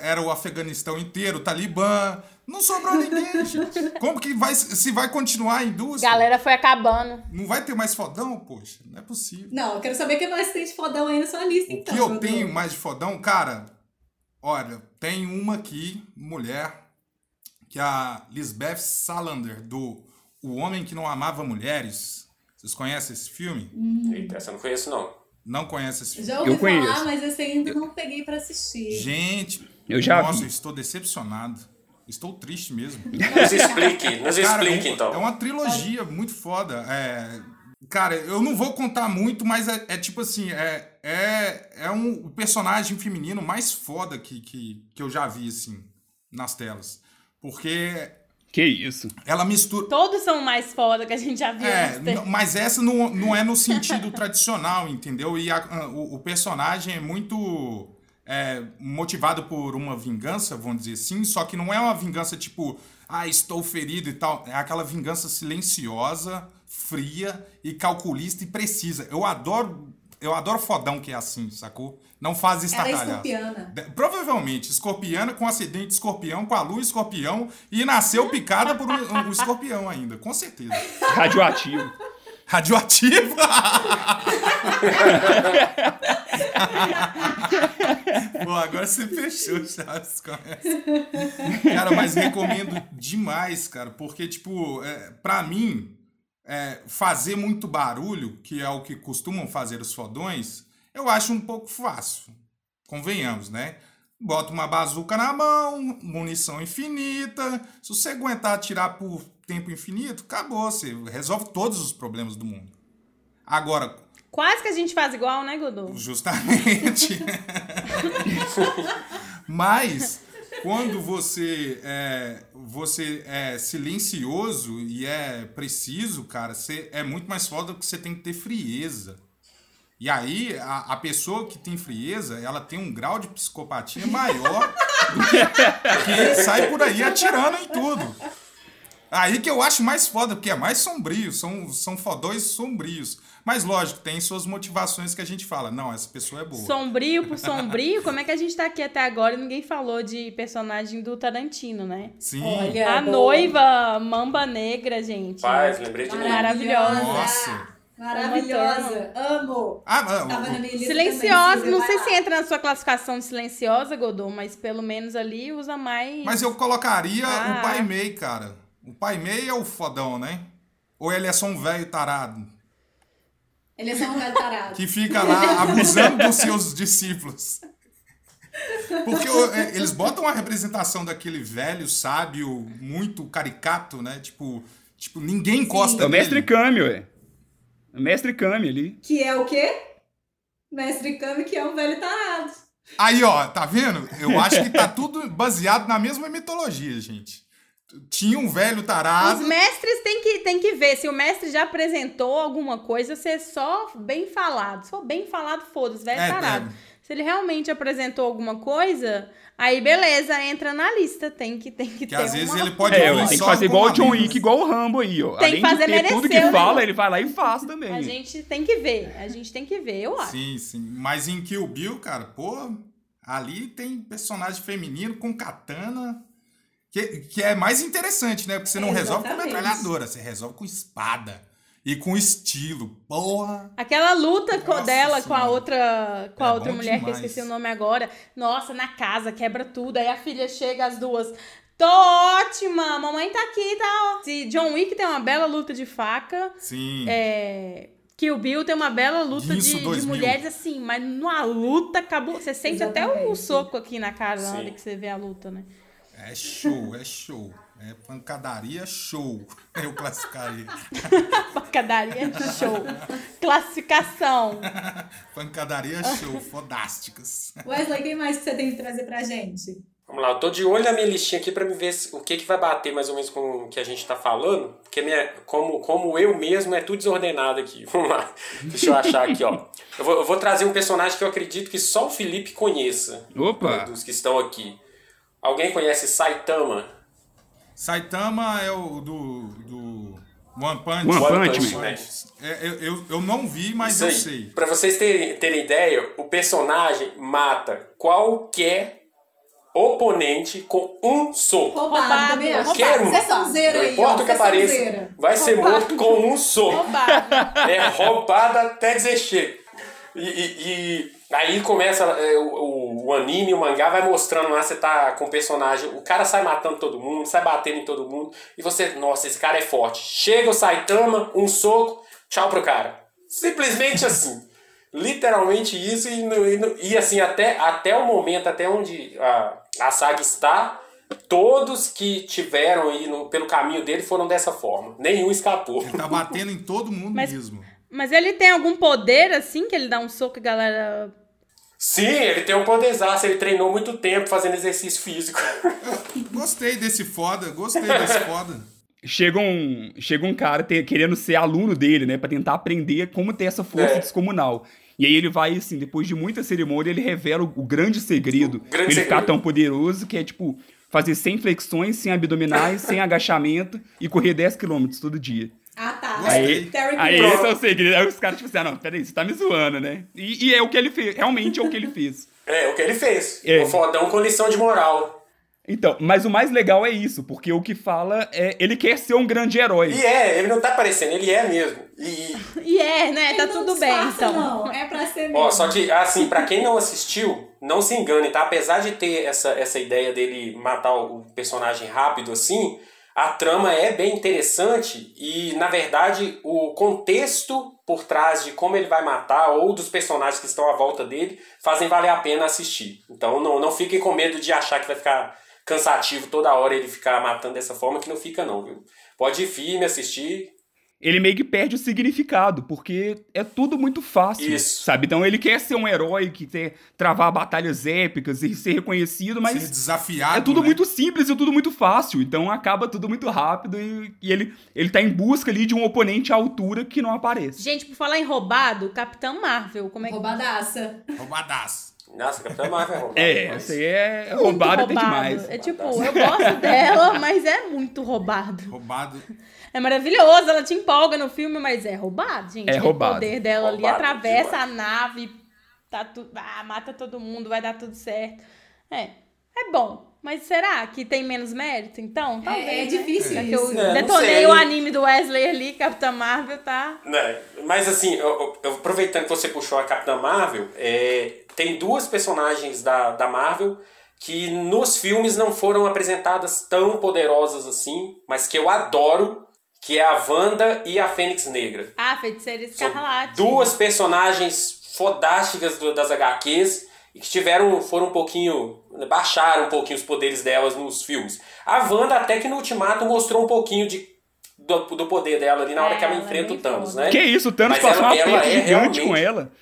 Speaker 3: era o Afeganistão inteiro, o Talibã. Não sobrou ninguém, gente. Como que vai, se vai continuar a indústria?
Speaker 4: Galera foi acabando.
Speaker 3: Não vai ter mais fodão? Poxa, não é possível.
Speaker 1: Não, eu quero saber quem mais tem de fodão aí na sua lista,
Speaker 3: O
Speaker 1: então.
Speaker 3: que eu
Speaker 1: Godô.
Speaker 3: tenho mais de fodão, cara? Olha, tem uma aqui, mulher, que é a Lisbeth Salander, do O Homem que Não Amava Mulheres. Vocês conhecem esse filme?
Speaker 5: Eita, essa eu não conheço, não.
Speaker 3: Não conhece esse filme?
Speaker 1: Já ouvi
Speaker 2: Eu conheço.
Speaker 1: falar, mas esse ainda não peguei pra assistir.
Speaker 3: Gente,
Speaker 2: Eu já
Speaker 3: nossa,
Speaker 2: vi.
Speaker 3: eu estou decepcionado. Estou triste mesmo.
Speaker 5: Nos explique, nos
Speaker 3: Cara,
Speaker 5: explique
Speaker 3: é um- É
Speaker 5: então.
Speaker 3: uma trilogia muito foda. É, cara, eu não vou contar muito, mas é, é tipo assim, é, é, é um o personagem feminino mais foda que, que, que eu já vi, assim, nas telas. Porque
Speaker 2: Que isso.
Speaker 3: ela mistura.
Speaker 4: Todos são mais foda que a gente já viu.
Speaker 3: É,
Speaker 4: né?
Speaker 3: n- mas essa não, não é no
Speaker 1: <laughs>
Speaker 3: sentido tradicional, entendeu? E a- a- o, o personagem é muito é, motivado por uma vingança, vamos dizer assim, só que não é uma vingança tipo, ah, estou ferido e tal. É aquela vingança silenciosa, fria e calculista e precisa. Eu adoro, eu adoro fodão que é assim, sacou? Não
Speaker 1: Ela
Speaker 3: faz
Speaker 1: é
Speaker 3: estacalhada.
Speaker 1: escorpiana.
Speaker 3: De- Provavelmente, escorpiana com acidente de escorpião, com a lua escorpião e nasceu picada por um, um escorpião ainda, com certeza.
Speaker 2: Radioativo.
Speaker 3: <laughs> Radioativa! Pô, agora você fechou, Chaves, com essa. Cara, mas recomendo demais, cara, porque, tipo, é, pra mim, é, fazer muito barulho, que é o que costumam fazer os fodões, eu acho um pouco fácil. Convenhamos, né? Bota uma bazuca na mão, munição infinita. Se você aguentar atirar por tempo infinito, acabou. Você resolve todos os problemas do mundo. Agora,
Speaker 4: Quase que a gente faz igual, né, Godô?
Speaker 3: Justamente. <laughs> Mas quando você é, você é silencioso e é preciso, cara, você é muito mais foda porque você tem que ter frieza. E aí, a, a pessoa que tem frieza, ela tem um grau de psicopatia maior do que quem sai por aí atirando em tudo. Aí que eu acho mais foda, porque é mais sombrio, são, são fodões sombrios. Mas lógico, tem suas motivações que a gente fala. Não, essa pessoa é boa. <laughs>
Speaker 4: Sombrio por sombrio, como é que a gente tá aqui até agora e ninguém falou de personagem do Tarantino, né?
Speaker 3: Sim.
Speaker 1: Olha,
Speaker 4: a
Speaker 1: É, boa.
Speaker 4: noiva Mamba Negra, gente.
Speaker 5: Paz, lembrei de mim.
Speaker 4: Maravilhosa.
Speaker 3: Nossa.
Speaker 1: Maravilhosa. Amo.
Speaker 3: Ah, ah,
Speaker 1: né? Tava na minha lista
Speaker 4: Silenciosa,
Speaker 1: também,
Speaker 4: não
Speaker 1: vai
Speaker 4: sei
Speaker 1: lá.
Speaker 4: se é entra na sua classificação de silenciosa, Godô, mas pelo menos ali usa mais.
Speaker 3: mas eu colocaria
Speaker 4: Ah.
Speaker 3: o Pai Mei, cara. O Pai Mei é o fodão, né? Ou ele é só um velho tarado
Speaker 1: Ele é só
Speaker 4: <laughs>
Speaker 1: um velho tarado.
Speaker 3: que fica lá abusando dos seus discípulos. Porque o- é, eles botam a representação daquele velho sábio muito caricato, né? Tipo, tipo ninguém encosta
Speaker 2: É o mestre
Speaker 3: nele.
Speaker 2: Kami, ué. É o mestre Kami ali.
Speaker 1: Que é o quê? Mestre Kami, que é um velho tarado.
Speaker 3: Aí, ó, tá vendo? Eu acho que tá tudo baseado na mesma mitologia, gente. Tinha um velho tarado
Speaker 4: Os mestres têm que, têm que ver. Se o mestre já apresentou alguma coisa, ser só bem falado. Se for bem falado, foda-se, velho
Speaker 3: É,
Speaker 4: tarado. Se ele realmente apresentou alguma coisa, aí beleza, entra na lista. Tem que, tem que,
Speaker 3: Que
Speaker 4: ter
Speaker 3: às vezes
Speaker 4: uma-
Speaker 3: ele pode
Speaker 2: É,
Speaker 3: ouvir
Speaker 2: ué, tem que
Speaker 3: só
Speaker 2: fazer
Speaker 3: com
Speaker 2: igual o John
Speaker 3: amigos.
Speaker 2: Wick, igual o Rambo aí, ó.
Speaker 4: Tem que
Speaker 2: Além de
Speaker 4: fazer
Speaker 2: ter tudo que
Speaker 4: merecer, né?
Speaker 2: fala, ele vai lá e faz também.
Speaker 4: A gente tem que ver. A gente tem que ver, eu acho.
Speaker 3: Sim, sim. Mas em Kill Bill, cara, pô, ali tem personagem feminino com katana, que, que é mais interessante, né? Porque você não resolve com
Speaker 1: Exatamente.
Speaker 3: metralhadora, você resolve com espada e com estilo. Porra!
Speaker 4: Aquela luta co-
Speaker 3: Nossa
Speaker 4: dela com a
Speaker 3: Senhora.
Speaker 4: outra, com
Speaker 3: É
Speaker 4: a outra
Speaker 3: bom
Speaker 4: mulher
Speaker 3: demais.
Speaker 4: que eu esqueci o nome agora. Nossa, na casa, quebra tudo. Aí a filha chega, as duas. Tô ótima! Mamãe tá aqui, tá? ó." Se John Wick tem uma bela luta de faca,
Speaker 3: Sim.
Speaker 4: é... Kill Bill tem uma bela luta
Speaker 3: Isso,
Speaker 4: de, de
Speaker 3: 2000.
Speaker 4: mulheres, assim, mas numa luta acabou. Você sente até o
Speaker 1: Exatamente.
Speaker 4: soco aqui na cara na
Speaker 5: Sim.
Speaker 4: hora que você vê a luta, né? <laughs>
Speaker 3: É show, é show. É pancadaria show. <laughs> Eu classificaria. <laughs>
Speaker 4: Pancadaria de show. Classificação.
Speaker 3: pancadaria show, fodásticas.
Speaker 1: Wesley, quem mais que você tem que trazer pra gente?
Speaker 5: Vamos lá, eu tô de olho na minha listinha aqui pra me ver se- o que, que vai bater mais ou menos com o que a gente tá falando, porque minha, como, como eu mesmo é tudo desordenado aqui. <laughs> Vamos lá, deixa eu achar aqui, ó. Eu vou, eu vou trazer um personagem que eu acredito que só o Felipe conheça,
Speaker 2: Opa!
Speaker 5: Ah. dos que estão aqui. Alguém conhece Saitama?
Speaker 3: Saitama é o do, do One Punch.
Speaker 2: One
Speaker 5: One
Speaker 2: Punch
Speaker 5: Punch
Speaker 2: Man.
Speaker 5: Man.
Speaker 3: É, eu, eu, eu não vi, mas
Speaker 5: né? Isso
Speaker 3: eu
Speaker 5: aí.
Speaker 3: sei.
Speaker 5: Pra vocês terem, terem ideia, o personagem mata qualquer oponente com um soco.
Speaker 1: Roubado, também acho.
Speaker 5: Qualquer um.
Speaker 1: Você é sonzeiro
Speaker 5: Não
Speaker 1: aí, ó.
Speaker 5: importa o que
Speaker 1: Você é
Speaker 5: apareça,
Speaker 1: sonzeiro.
Speaker 5: vai ser
Speaker 1: Roubado.
Speaker 5: morto com um soco.
Speaker 3: <laughs>
Speaker 4: Roubado.
Speaker 5: É roubada até dizer chega. E, e- e aí começa é, o, o anime, o mangá vai mostrando lá, você tá com o personagem, o cara sai matando todo mundo, sai batendo em todo mundo, e você, nossa, esse cara é forte. Chega o Saitama, um soco, tchau pro cara. Simplesmente assim. Literalmente isso, e, no- e no- e assim, até, até o momento, até onde a, a saga está, todos que tiveram aí no- pelo caminho dele foram dessa forma. Nenhum escapou.
Speaker 3: Ele tá batendo em todo mundo
Speaker 4: Mas-
Speaker 3: mesmo.
Speaker 4: Mas ele tem algum poder, assim, que ele dá um soco e a galera
Speaker 5: Sim, ele tem um poderzaço, ele treinou muito tempo fazendo exercício físico. <laughs>
Speaker 3: Gostei desse foda, gostei desse foda.
Speaker 2: Chega um, chega um cara te- querendo ser aluno dele, né? Pra tentar aprender como ter essa força
Speaker 5: É.
Speaker 2: descomunal. E aí ele vai, assim, depois de muita cerimônia, ele revela o, o grande segredo
Speaker 5: grande
Speaker 2: pra ele ficar
Speaker 5: segredo.
Speaker 2: tão poderoso, que é, tipo,
Speaker 5: <laughs>
Speaker 2: fazer 100 flexões, sem abdominais, sem agachamento e correr 10km todo dia.
Speaker 1: Ah, tá.
Speaker 4: lá.
Speaker 3: Gostei.
Speaker 4: Terry
Speaker 2: Aí
Speaker 4: Crews.
Speaker 2: esse é o segredo. Aí os caras, tipo assim, ah, não, peraí, você tá me zoando, né? E, e é o que ele fez, realmente é o que ele fez.
Speaker 5: É, o que ele fez.
Speaker 2: É.
Speaker 5: O fodão com lição de moral.
Speaker 2: Então, mas o mais legal é isso, porque o que fala é. Ele quer ser um grande herói.
Speaker 5: E é, ele não tá parecendo, ele é mesmo. E,
Speaker 4: E é, né?
Speaker 1: Ele
Speaker 4: Tá
Speaker 1: não
Speaker 4: tudo
Speaker 1: disfarça,
Speaker 4: bem, então.
Speaker 1: Não, é pra ser mesmo.
Speaker 5: ó, só que, assim, pra quem não assistiu, não se engane, tá? Apesar de ter essa, essa ideia dele matar o personagem rápido, assim, a trama é bem interessante e, na verdade, o contexto por trás de como ele vai matar ou dos personagens que estão à volta dele fazem valer a pena assistir. Então, não, não fiquem com medo de achar que vai ficar cansativo toda hora ele ficar matando dessa forma, que não fica, não, viu? Pode ir firme, assistir,
Speaker 2: Ele meio que perde o significado, porque é tudo muito fácil.
Speaker 5: Isso.
Speaker 2: Sabe? Então ele quer ser um herói que quer travar batalhas épicas e ser reconhecido, mas.
Speaker 3: Ser desafiado.
Speaker 2: É tudo
Speaker 3: né?
Speaker 2: muito simples e tudo muito fácil, então acaba tudo muito rápido e, e ele, ele tá em busca ali de um oponente à altura que não aparece.
Speaker 4: Gente, por falar em roubado, Capitão Marvel, como é que.
Speaker 1: Roubadaça.
Speaker 3: Roubadaço.
Speaker 5: Nossa, Capitã Marvel é roubada.
Speaker 2: É,
Speaker 5: demais.
Speaker 2: essa aí é
Speaker 4: Muito
Speaker 2: roubada até demais.
Speaker 4: É tipo, eu
Speaker 5: <laughs>
Speaker 4: gosto dela, mas é muito roubado.
Speaker 3: Roubado.
Speaker 4: É maravilhoso, ela te empolga no filme, mas é roubado, gente.
Speaker 2: É
Speaker 4: Aquele
Speaker 2: roubado.
Speaker 4: poder dela ali
Speaker 5: Roubado
Speaker 4: atravessa
Speaker 5: demais.
Speaker 4: a nave, tá tu... ah, mata todo mundo, vai dar tudo certo. É, é bom. Mas será que tem menos mérito, então? Talvez,
Speaker 1: É, é
Speaker 4: né?
Speaker 1: difícil
Speaker 4: Já que eu
Speaker 1: isso.
Speaker 5: É, não
Speaker 4: detonei
Speaker 5: sei.
Speaker 4: o anime do Wesley ali, Capitã Marvel, tá?
Speaker 5: Né, Mas assim, eu- eu- eu- aproveitando que você puxou a Capitã Marvel, é, tem duas personagens da, da Marvel que nos filmes não foram apresentadas tão poderosas assim, mas que eu adoro, que é a Wanda e a Fênix Negra.
Speaker 4: Ah, feiticeira
Speaker 5: São
Speaker 4: escarlate.
Speaker 5: duas personagens fodásticas do- das HQs e que tiveram, foram um pouquinho, baixaram um pouquinho os poderes delas nos filmes. A Wanda até que no Ultimato mostrou um pouquinho de, do, do poder dela ali na hora
Speaker 4: É,
Speaker 5: que ela
Speaker 4: ela é
Speaker 5: enfrenta o
Speaker 4: bem
Speaker 5: Thanos,
Speaker 4: foda.
Speaker 5: né?
Speaker 2: Que isso, o Thanos
Speaker 5: Mas
Speaker 2: passou
Speaker 5: ela-
Speaker 2: uma
Speaker 5: ela
Speaker 2: perna
Speaker 5: é
Speaker 2: gigante com
Speaker 5: realmente-
Speaker 2: ela.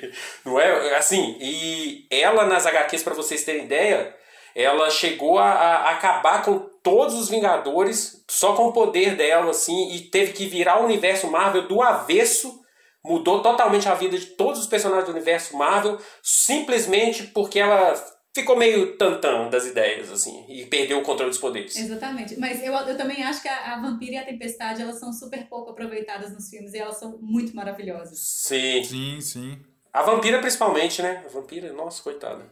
Speaker 5: <laughs> Não é? Assim, e ela nas HQs, pra vocês terem ideia, ela chegou a, a acabar com todos os Vingadores só com o poder dela, assim, e teve que virar o universo Marvel do avesso. Mudou totalmente a vida de todos os personagens do universo Marvel, simplesmente porque ela ficou meio tantão das ideias, assim, e perdeu o controle dos poderes.
Speaker 1: Exatamente. Mas eu, eu também acho que a, a Vampira e a Tempestade, elas são super pouco aproveitadas nos filmes e elas são muito maravilhosas.
Speaker 5: Sim.
Speaker 3: Sim, sim.
Speaker 5: A vampira, principalmente, né? A vampira, nossa, coitada.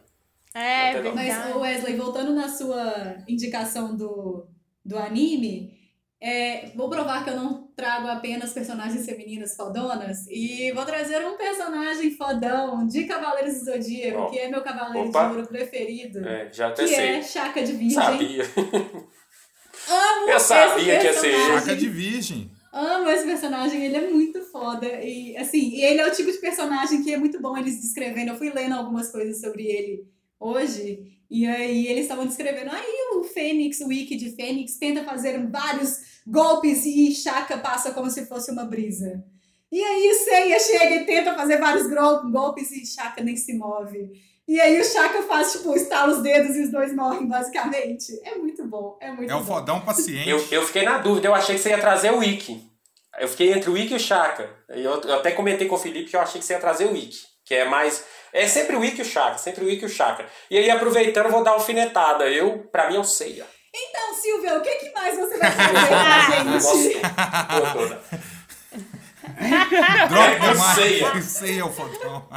Speaker 4: É,
Speaker 5: Mas
Speaker 1: Mas,
Speaker 4: verdade.
Speaker 1: ô Wesley, voltando na sua indicação do, do anime, é, vou provar que eu não trago apenas personagens femininas fodonas e vou trazer um personagem fodão um de Cavaleiros do Zodíaco,
Speaker 5: Ó.
Speaker 1: que é meu Cavaleiro
Speaker 5: Opa.
Speaker 1: de Ouro preferido,
Speaker 5: É, já até
Speaker 1: que
Speaker 5: sei.
Speaker 1: é Chaca de Virgem.
Speaker 5: Sabia.
Speaker 1: Amo
Speaker 5: Eu
Speaker 1: esse
Speaker 5: sabia que ia ser
Speaker 1: personagem.
Speaker 5: ele.
Speaker 3: Chaca de virgem.
Speaker 1: Amo esse personagem, ele é muito foda. E assim, e ele é o tipo de personagem que é muito bom eles descrevendo. Eu fui lendo algumas coisas sobre ele hoje, e aí eles estavam descrevendo. Aí o Fênix, o Wiki de Fênix, tenta fazer vários golpes e Chaka passa como se fosse uma brisa. E aí o Seiya chega e tenta fazer vários gro- golpes e Chaka nem se move. E aí o Chaka faz, tipo, estala os dedos e os dois morrem, basicamente. É muito bom, é muito
Speaker 3: É o
Speaker 1: bom.
Speaker 3: fodão paciente.
Speaker 5: Eu, eu fiquei na dúvida, eu achei que você ia trazer o Wiki. Eu fiquei entre o Wiki e o Chaka. E Eu, eu até comentei com o Felipe que eu achei que você ia trazer o Wiki. Que é mais. É sempre o Wiki e o Chaka, sempre o Wiki e o Chaka. E aí, aproveitando, eu vou dar uma alfinetada. Eu, pra mim, é eu sei. ó.
Speaker 1: Então, Silvia, o que, que mais <laughs>
Speaker 3: <laughs>
Speaker 1: você vai
Speaker 5: Ah,
Speaker 1: fazer pra gente?
Speaker 5: Nossa, boa toda.
Speaker 4: <laughs>
Speaker 3: Droga,
Speaker 5: eu
Speaker 3: mas-
Speaker 5: sei,
Speaker 3: <laughs>
Speaker 5: é.
Speaker 3: Eu sei, é o fodão.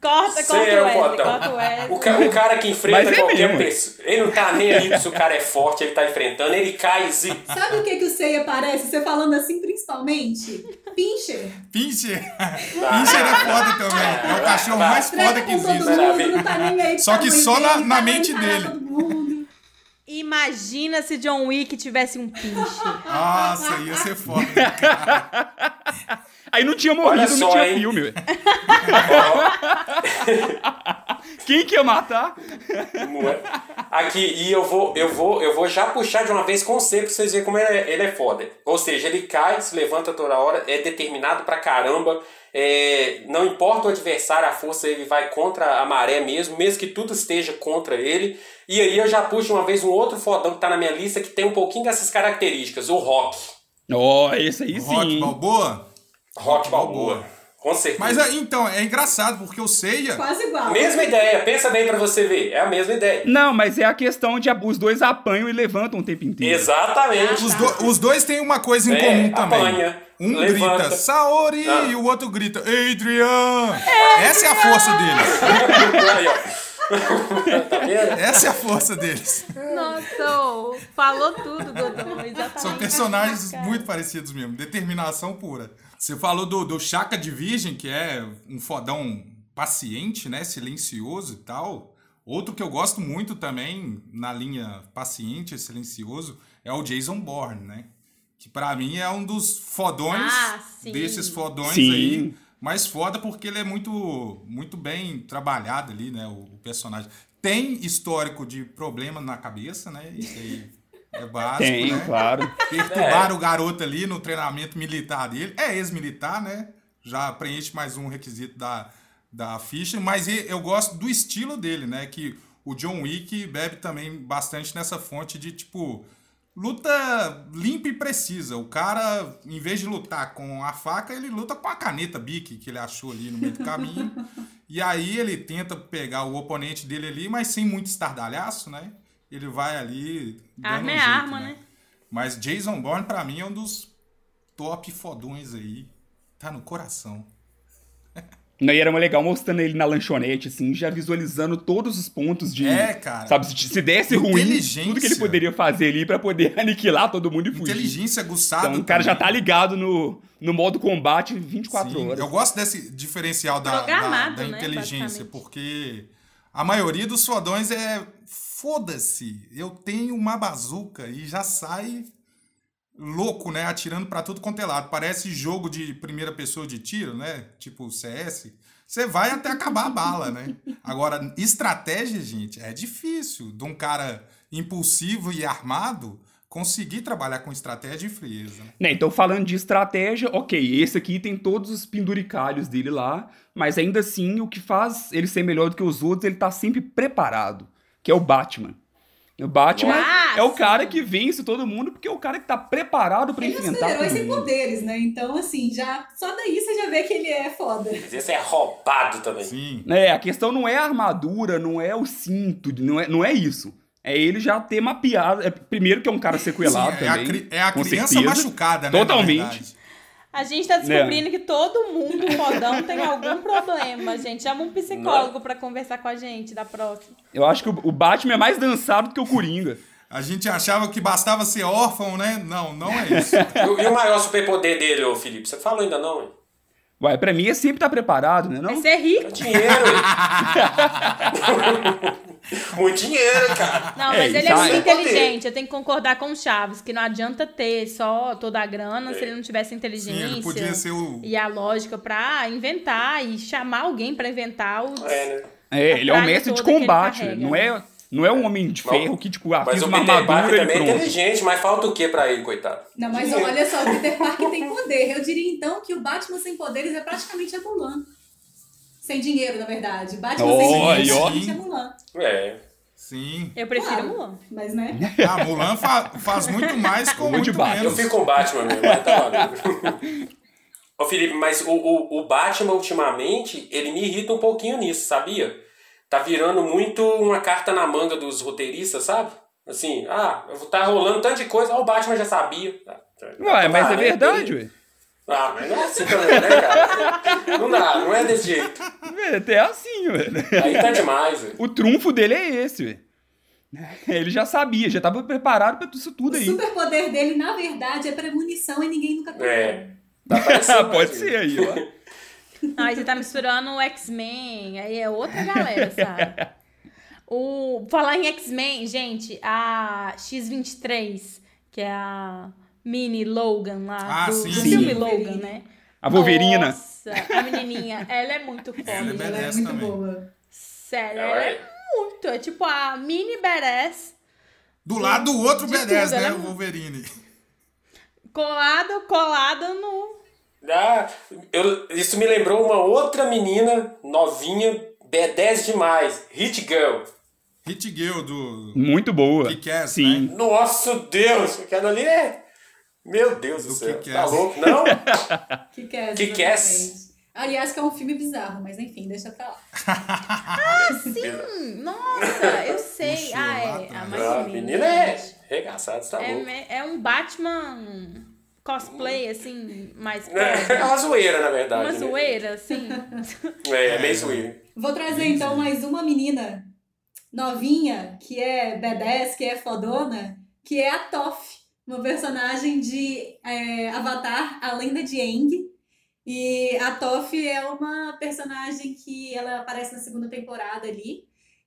Speaker 4: Corta, corta o
Speaker 5: Sei, é o
Speaker 4: Wesley,
Speaker 5: fodão.
Speaker 4: corta o Wesley.
Speaker 5: O, ca- o cara que enfrenta
Speaker 2: Mas é
Speaker 5: qualquer
Speaker 2: mesmo.
Speaker 5: pessoa. Ele não tá nem aí se o cara é forte, ele tá enfrentando, ele cai e zica.
Speaker 2: <laughs>
Speaker 1: Sabe o que, que o Seiya parece? Você falando assim principalmente? Pincher.
Speaker 3: Pincher. Pincher é foda também. É o cachorro mais foda
Speaker 1: Treta
Speaker 3: que
Speaker 1: com todo
Speaker 3: existe.
Speaker 1: mundo, não tá nem aí.
Speaker 3: Só
Speaker 1: pra
Speaker 3: que
Speaker 1: mãe
Speaker 3: só na-
Speaker 1: dele,
Speaker 3: na
Speaker 1: tá nem
Speaker 3: mente
Speaker 1: aí pra
Speaker 3: dele.
Speaker 1: todo mundo.
Speaker 4: Imagina se John Wick tivesse
Speaker 3: <laughs>
Speaker 4: um pinche.
Speaker 3: Nossa, ia ser foda.
Speaker 2: <laughs> Aí não tinha
Speaker 5: Olha
Speaker 2: morrido, não
Speaker 5: só,
Speaker 2: tinha
Speaker 5: hein?
Speaker 2: filme, velho. Quem que ia
Speaker 5: <laughs>
Speaker 2: matar?
Speaker 5: Não é? Aqui, e eu vou, eu vou, eu vou já puxar de uma vez com você pra vocês verem como ele é, ele é foda. Ou seja, ele cai, se levanta toda hora, é determinado pra caramba. é, não importa o adversário, a força ele vai contra a maré mesmo, mesmo que tudo esteja contra ele. E aí eu já puxo de uma vez um outro fodão que tá na minha lista que tem um pouquinho dessas características, o rock.
Speaker 2: Ó, esse aí sim.
Speaker 3: Rock
Speaker 2: hein?
Speaker 3: Balboa?
Speaker 5: Rock Balboa. Com certeza.
Speaker 3: Mas é, então, é engraçado, porque o Seiya.
Speaker 1: Quase igual.
Speaker 5: Mesma ideia, pensa bem pra você ver. É a mesma ideia.
Speaker 2: Não, mas é a questão de os dois apanham e levantam o tempo inteiro.
Speaker 5: Exatamente.
Speaker 3: Os, do- os dois têm uma coisa em
Speaker 5: É,
Speaker 3: comum também.
Speaker 5: apanha,
Speaker 3: um
Speaker 5: levanta.
Speaker 3: grita Saori
Speaker 5: Ah.
Speaker 3: e o outro grita Adrian. Essa é a força deles.
Speaker 5: Aí, ó. tá vendo?
Speaker 3: Essa é a força deles.
Speaker 4: Nossa, ô, falou tudo, Godô. Exatamente.
Speaker 3: São personagens
Speaker 4: Cara.
Speaker 3: muito parecidos mesmo. Determinação pura. Você falou do, do Chaka de Virgem, que é um fodão paciente, né? Silencioso e tal. Outro que eu gosto muito também, na linha paciente e silencioso, é o Jason Bourne, né? Que pra mim é um dos fodões,
Speaker 4: Ah, sim.
Speaker 3: desses fodões
Speaker 2: Sim.
Speaker 3: aí. Mas foda porque ele é muito, muito bem trabalhado ali, né? O, o personagem. Tem histórico de problema na cabeça, né? Isso aí é básico,
Speaker 2: Tem,
Speaker 3: né?
Speaker 2: claro.
Speaker 3: Perturbaram o garoto ali no treinamento militar dele. É ex-militar, né? Já preenche mais um requisito da, da ficha. Mas e- eu gosto do estilo dele, né? Que o John Wick bebe também bastante nessa fonte de, tipo, luta limpa e precisa. O cara, em vez de lutar com a faca, ele luta com a caneta Bic que ele achou ali no meio do caminho. e aí ele tenta pegar o oponente dele ali, mas sem muito estardalhaço, né? Ele vai ali. dando
Speaker 4: Arma
Speaker 3: um
Speaker 4: é
Speaker 3: jeito,
Speaker 4: arma, né?
Speaker 3: mas Jason Bourne, pra mim, é um dos top fodões aí. Tá no coração.
Speaker 2: Não, e era mais legal mostrando ele na lanchonete, assim, já visualizando todos os pontos de.
Speaker 3: É, cara.
Speaker 2: Sabe, se, se desse ruim,
Speaker 3: Inteligência.
Speaker 2: tudo que ele poderia fazer ali pra poder <laughs> aniquilar todo mundo e fugir.
Speaker 3: Inteligência aguçada.
Speaker 2: Então o cara já
Speaker 3: também.
Speaker 2: tá ligado no, no modo combate 24
Speaker 3: Sim,
Speaker 2: horas.
Speaker 3: Eu gosto desse diferencial da, da,
Speaker 4: Programado,
Speaker 3: da
Speaker 4: né,
Speaker 3: inteligência,
Speaker 4: basicamente.
Speaker 3: porque a maioria dos fodões é foda-se, eu tenho uma bazuca e já sai louco, né, atirando pra tudo quanto é lado. Parece jogo de primeira pessoa de tiro, né, tipo CS. Você vai até acabar a bala,
Speaker 4: <laughs>
Speaker 3: né? Agora, estratégia, gente, é difícil de um cara impulsivo e armado conseguir trabalhar com estratégia e frieza. né?
Speaker 2: Né, então, falando de estratégia, ok, esse aqui tem todos os penduricalhos dele lá, mas ainda assim, o que faz ele ser melhor do que os outros, ele tá sempre preparado, que é o Batman. O Batman
Speaker 4: Ah,
Speaker 2: é o
Speaker 4: sim.
Speaker 2: cara que vence todo mundo, porque é o cara que tá preparado pra
Speaker 1: Ele é um
Speaker 2: enfrentar
Speaker 1: super-herói
Speaker 2: todo
Speaker 1: sem
Speaker 2: mundo.
Speaker 1: poderes, né? Então, assim, já só daí você já vê que ele é foda.
Speaker 5: Mas esse é roubado também.
Speaker 3: Sim.
Speaker 2: É, a questão não é a armadura, não é o cinto, não é, não é isso. É ele já ter mapeado, é, primeiro que é um cara sequelado
Speaker 3: Sim,
Speaker 2: também.
Speaker 3: é, a, cri- é a
Speaker 2: com
Speaker 3: criança
Speaker 2: certeza.
Speaker 3: machucada, né?
Speaker 2: Totalmente.
Speaker 3: na verdade.
Speaker 4: A gente tá descobrindo que todo mundo fodão tem algum problema, gente. Chama um psicólogo pra conversar com a gente da próxima.
Speaker 2: Eu acho que o o Batman é mais dançado do que o Coringa.
Speaker 3: A gente achava que bastava ser órfão, né? Não, não é
Speaker 4: <laughs>
Speaker 3: isso.
Speaker 5: E, o- e o maior superpoder dele, ô Felipe? Você falou ainda não, hein?
Speaker 2: Ué, pra mim é sempre estar preparado, né?
Speaker 4: Vai
Speaker 2: Não?
Speaker 4: ser rico.
Speaker 5: É dinheiro,
Speaker 2: <laughs>
Speaker 5: hein? Muito dinheiro, cara.
Speaker 4: Não,
Speaker 2: É,
Speaker 4: mas ele é
Speaker 2: tá,
Speaker 4: muito
Speaker 5: é.
Speaker 4: inteligente. Eu tenho que concordar com o Chaves, que não adianta ter só toda a grana
Speaker 5: É.
Speaker 4: se ele não tivesse
Speaker 3: Sim, ele
Speaker 4: inteligência
Speaker 3: podia ser o.
Speaker 4: e a lógica pra ah, inventar e chamar alguém pra inventar o.
Speaker 5: É, né?
Speaker 2: É, ele é um
Speaker 4: praia
Speaker 2: mestre de
Speaker 4: toda que ele
Speaker 2: combate,
Speaker 4: carrega,
Speaker 2: né? não
Speaker 4: né?
Speaker 2: é não é um homem de
Speaker 5: Não.
Speaker 2: ferro que tipo ah,
Speaker 5: Mas
Speaker 2: fez
Speaker 5: o
Speaker 2: uma
Speaker 5: Peter Parker
Speaker 2: armadura e
Speaker 5: também é
Speaker 2: pronto.
Speaker 5: inteligente, mas falta o que pra ele, coitado?
Speaker 1: Não,
Speaker 3: É.
Speaker 1: mas
Speaker 5: Dinheiro.
Speaker 1: olha só, o Peter Parker tem poder. Eu diria então que o Batman sem poderes é praticamente a Mulan. Sem dinheiro, na verdade. Batman sem
Speaker 2: Oh,
Speaker 1: dinheiro é
Speaker 2: aí, ó.
Speaker 1: praticamente a Mulan.
Speaker 5: É.
Speaker 3: Sim.
Speaker 4: Eu prefiro
Speaker 1: Claro.
Speaker 4: Mulan.
Speaker 1: Mas, né?
Speaker 3: A Mulan fa- faz
Speaker 2: <laughs>
Speaker 3: muito mais com
Speaker 2: Muito
Speaker 3: muito,
Speaker 2: baixo.
Speaker 5: Eu
Speaker 3: menos.
Speaker 5: fico com o Batman mesmo, mas tá valendo. <laughs> Ô Felipe, mas o, o, o Batman ultimamente, ele me irrita um pouquinho nisso, sabia? Tá virando muito uma carta na manga dos roteiristas, sabe? Assim, ah, tá rolando tanto de coisa, ó, o Batman já sabia. Tá, tá,
Speaker 2: Ué, mas é
Speaker 5: tá valendo.
Speaker 2: verdade, ué.
Speaker 5: Ah, mas não é assim também, né, cara? Não dá, não é desse jeito.
Speaker 2: É até assim, ué.
Speaker 5: Aí tá demais, velho.
Speaker 2: O trunfo dele é esse, ué. Ele já sabia, já tava preparado pra isso tudo
Speaker 1: O
Speaker 2: <laughs> aí.
Speaker 1: superpoder dele, na verdade, é premonição e ninguém nunca pegou.
Speaker 5: É.
Speaker 2: <laughs> Ah,
Speaker 5: parecendo,
Speaker 2: pode
Speaker 5: né,
Speaker 2: ser aí, ó.
Speaker 4: Não, aí você tá misturando o X-Men, aí é
Speaker 2: <laughs>
Speaker 4: outra galera, sabe? O, falar em X-Men, gente, a X-23, que é a mini Logan
Speaker 3: Ah,
Speaker 4: lá, do,
Speaker 3: sim.
Speaker 4: do filme
Speaker 2: Sim.
Speaker 4: Logan, né?
Speaker 2: A Wolverina.
Speaker 4: Nossa, a menininha, ela é muito foda.
Speaker 3: Ela é
Speaker 1: Ela é
Speaker 3: badass
Speaker 1: muito
Speaker 3: também.
Speaker 1: boa.
Speaker 4: Sério,
Speaker 5: Ela
Speaker 4: ela
Speaker 5: é.
Speaker 4: é muito. É tipo a mini badass
Speaker 3: Do lado do outro
Speaker 4: De
Speaker 3: B10,
Speaker 4: tudo,
Speaker 3: né?
Speaker 4: né?
Speaker 3: O Wolverine.
Speaker 4: colada, colada no.
Speaker 5: Ah, eu- isso me lembrou uma outra menina novinha, B10 demais, Hit Girl.
Speaker 3: Hit Girl do.
Speaker 2: Muito boa.
Speaker 3: Kick-Ass, né?
Speaker 2: Sim.
Speaker 5: Nossa Deus, aquela ali é. Meu Deus do,
Speaker 3: Do é?
Speaker 5: céu,
Speaker 3: Kick-Ass.
Speaker 4: <laughs>
Speaker 5: tá louco? Não?
Speaker 1: Que quer?
Speaker 5: Que quer?
Speaker 1: Aliás, que é um filme bizarro, mas enfim, deixa pra lá.
Speaker 4: Sim, nossa, eu sei.
Speaker 3: Puxou
Speaker 4: Ah,
Speaker 3: lá
Speaker 4: é.
Speaker 3: atrás.
Speaker 4: A mais
Speaker 5: A
Speaker 4: linda,
Speaker 5: menina é
Speaker 4: gente.
Speaker 5: regaçada, você tá
Speaker 4: É,
Speaker 5: louco.
Speaker 4: me- é um Batman cosplay, assim, mais
Speaker 5: <laughs> É
Speaker 4: pobre.
Speaker 5: uma zoeira, na verdade.
Speaker 4: Uma
Speaker 5: né?
Speaker 4: zoeira, assim.
Speaker 5: É, é meio zoeira.
Speaker 1: Vou trazer então mais uma menina novinha, que é badass, que é fodona, que é a Toph, uma personagem de é, Avatar, a lenda de Aang. E a Toph é uma personagem que ela aparece na segunda temporada ali.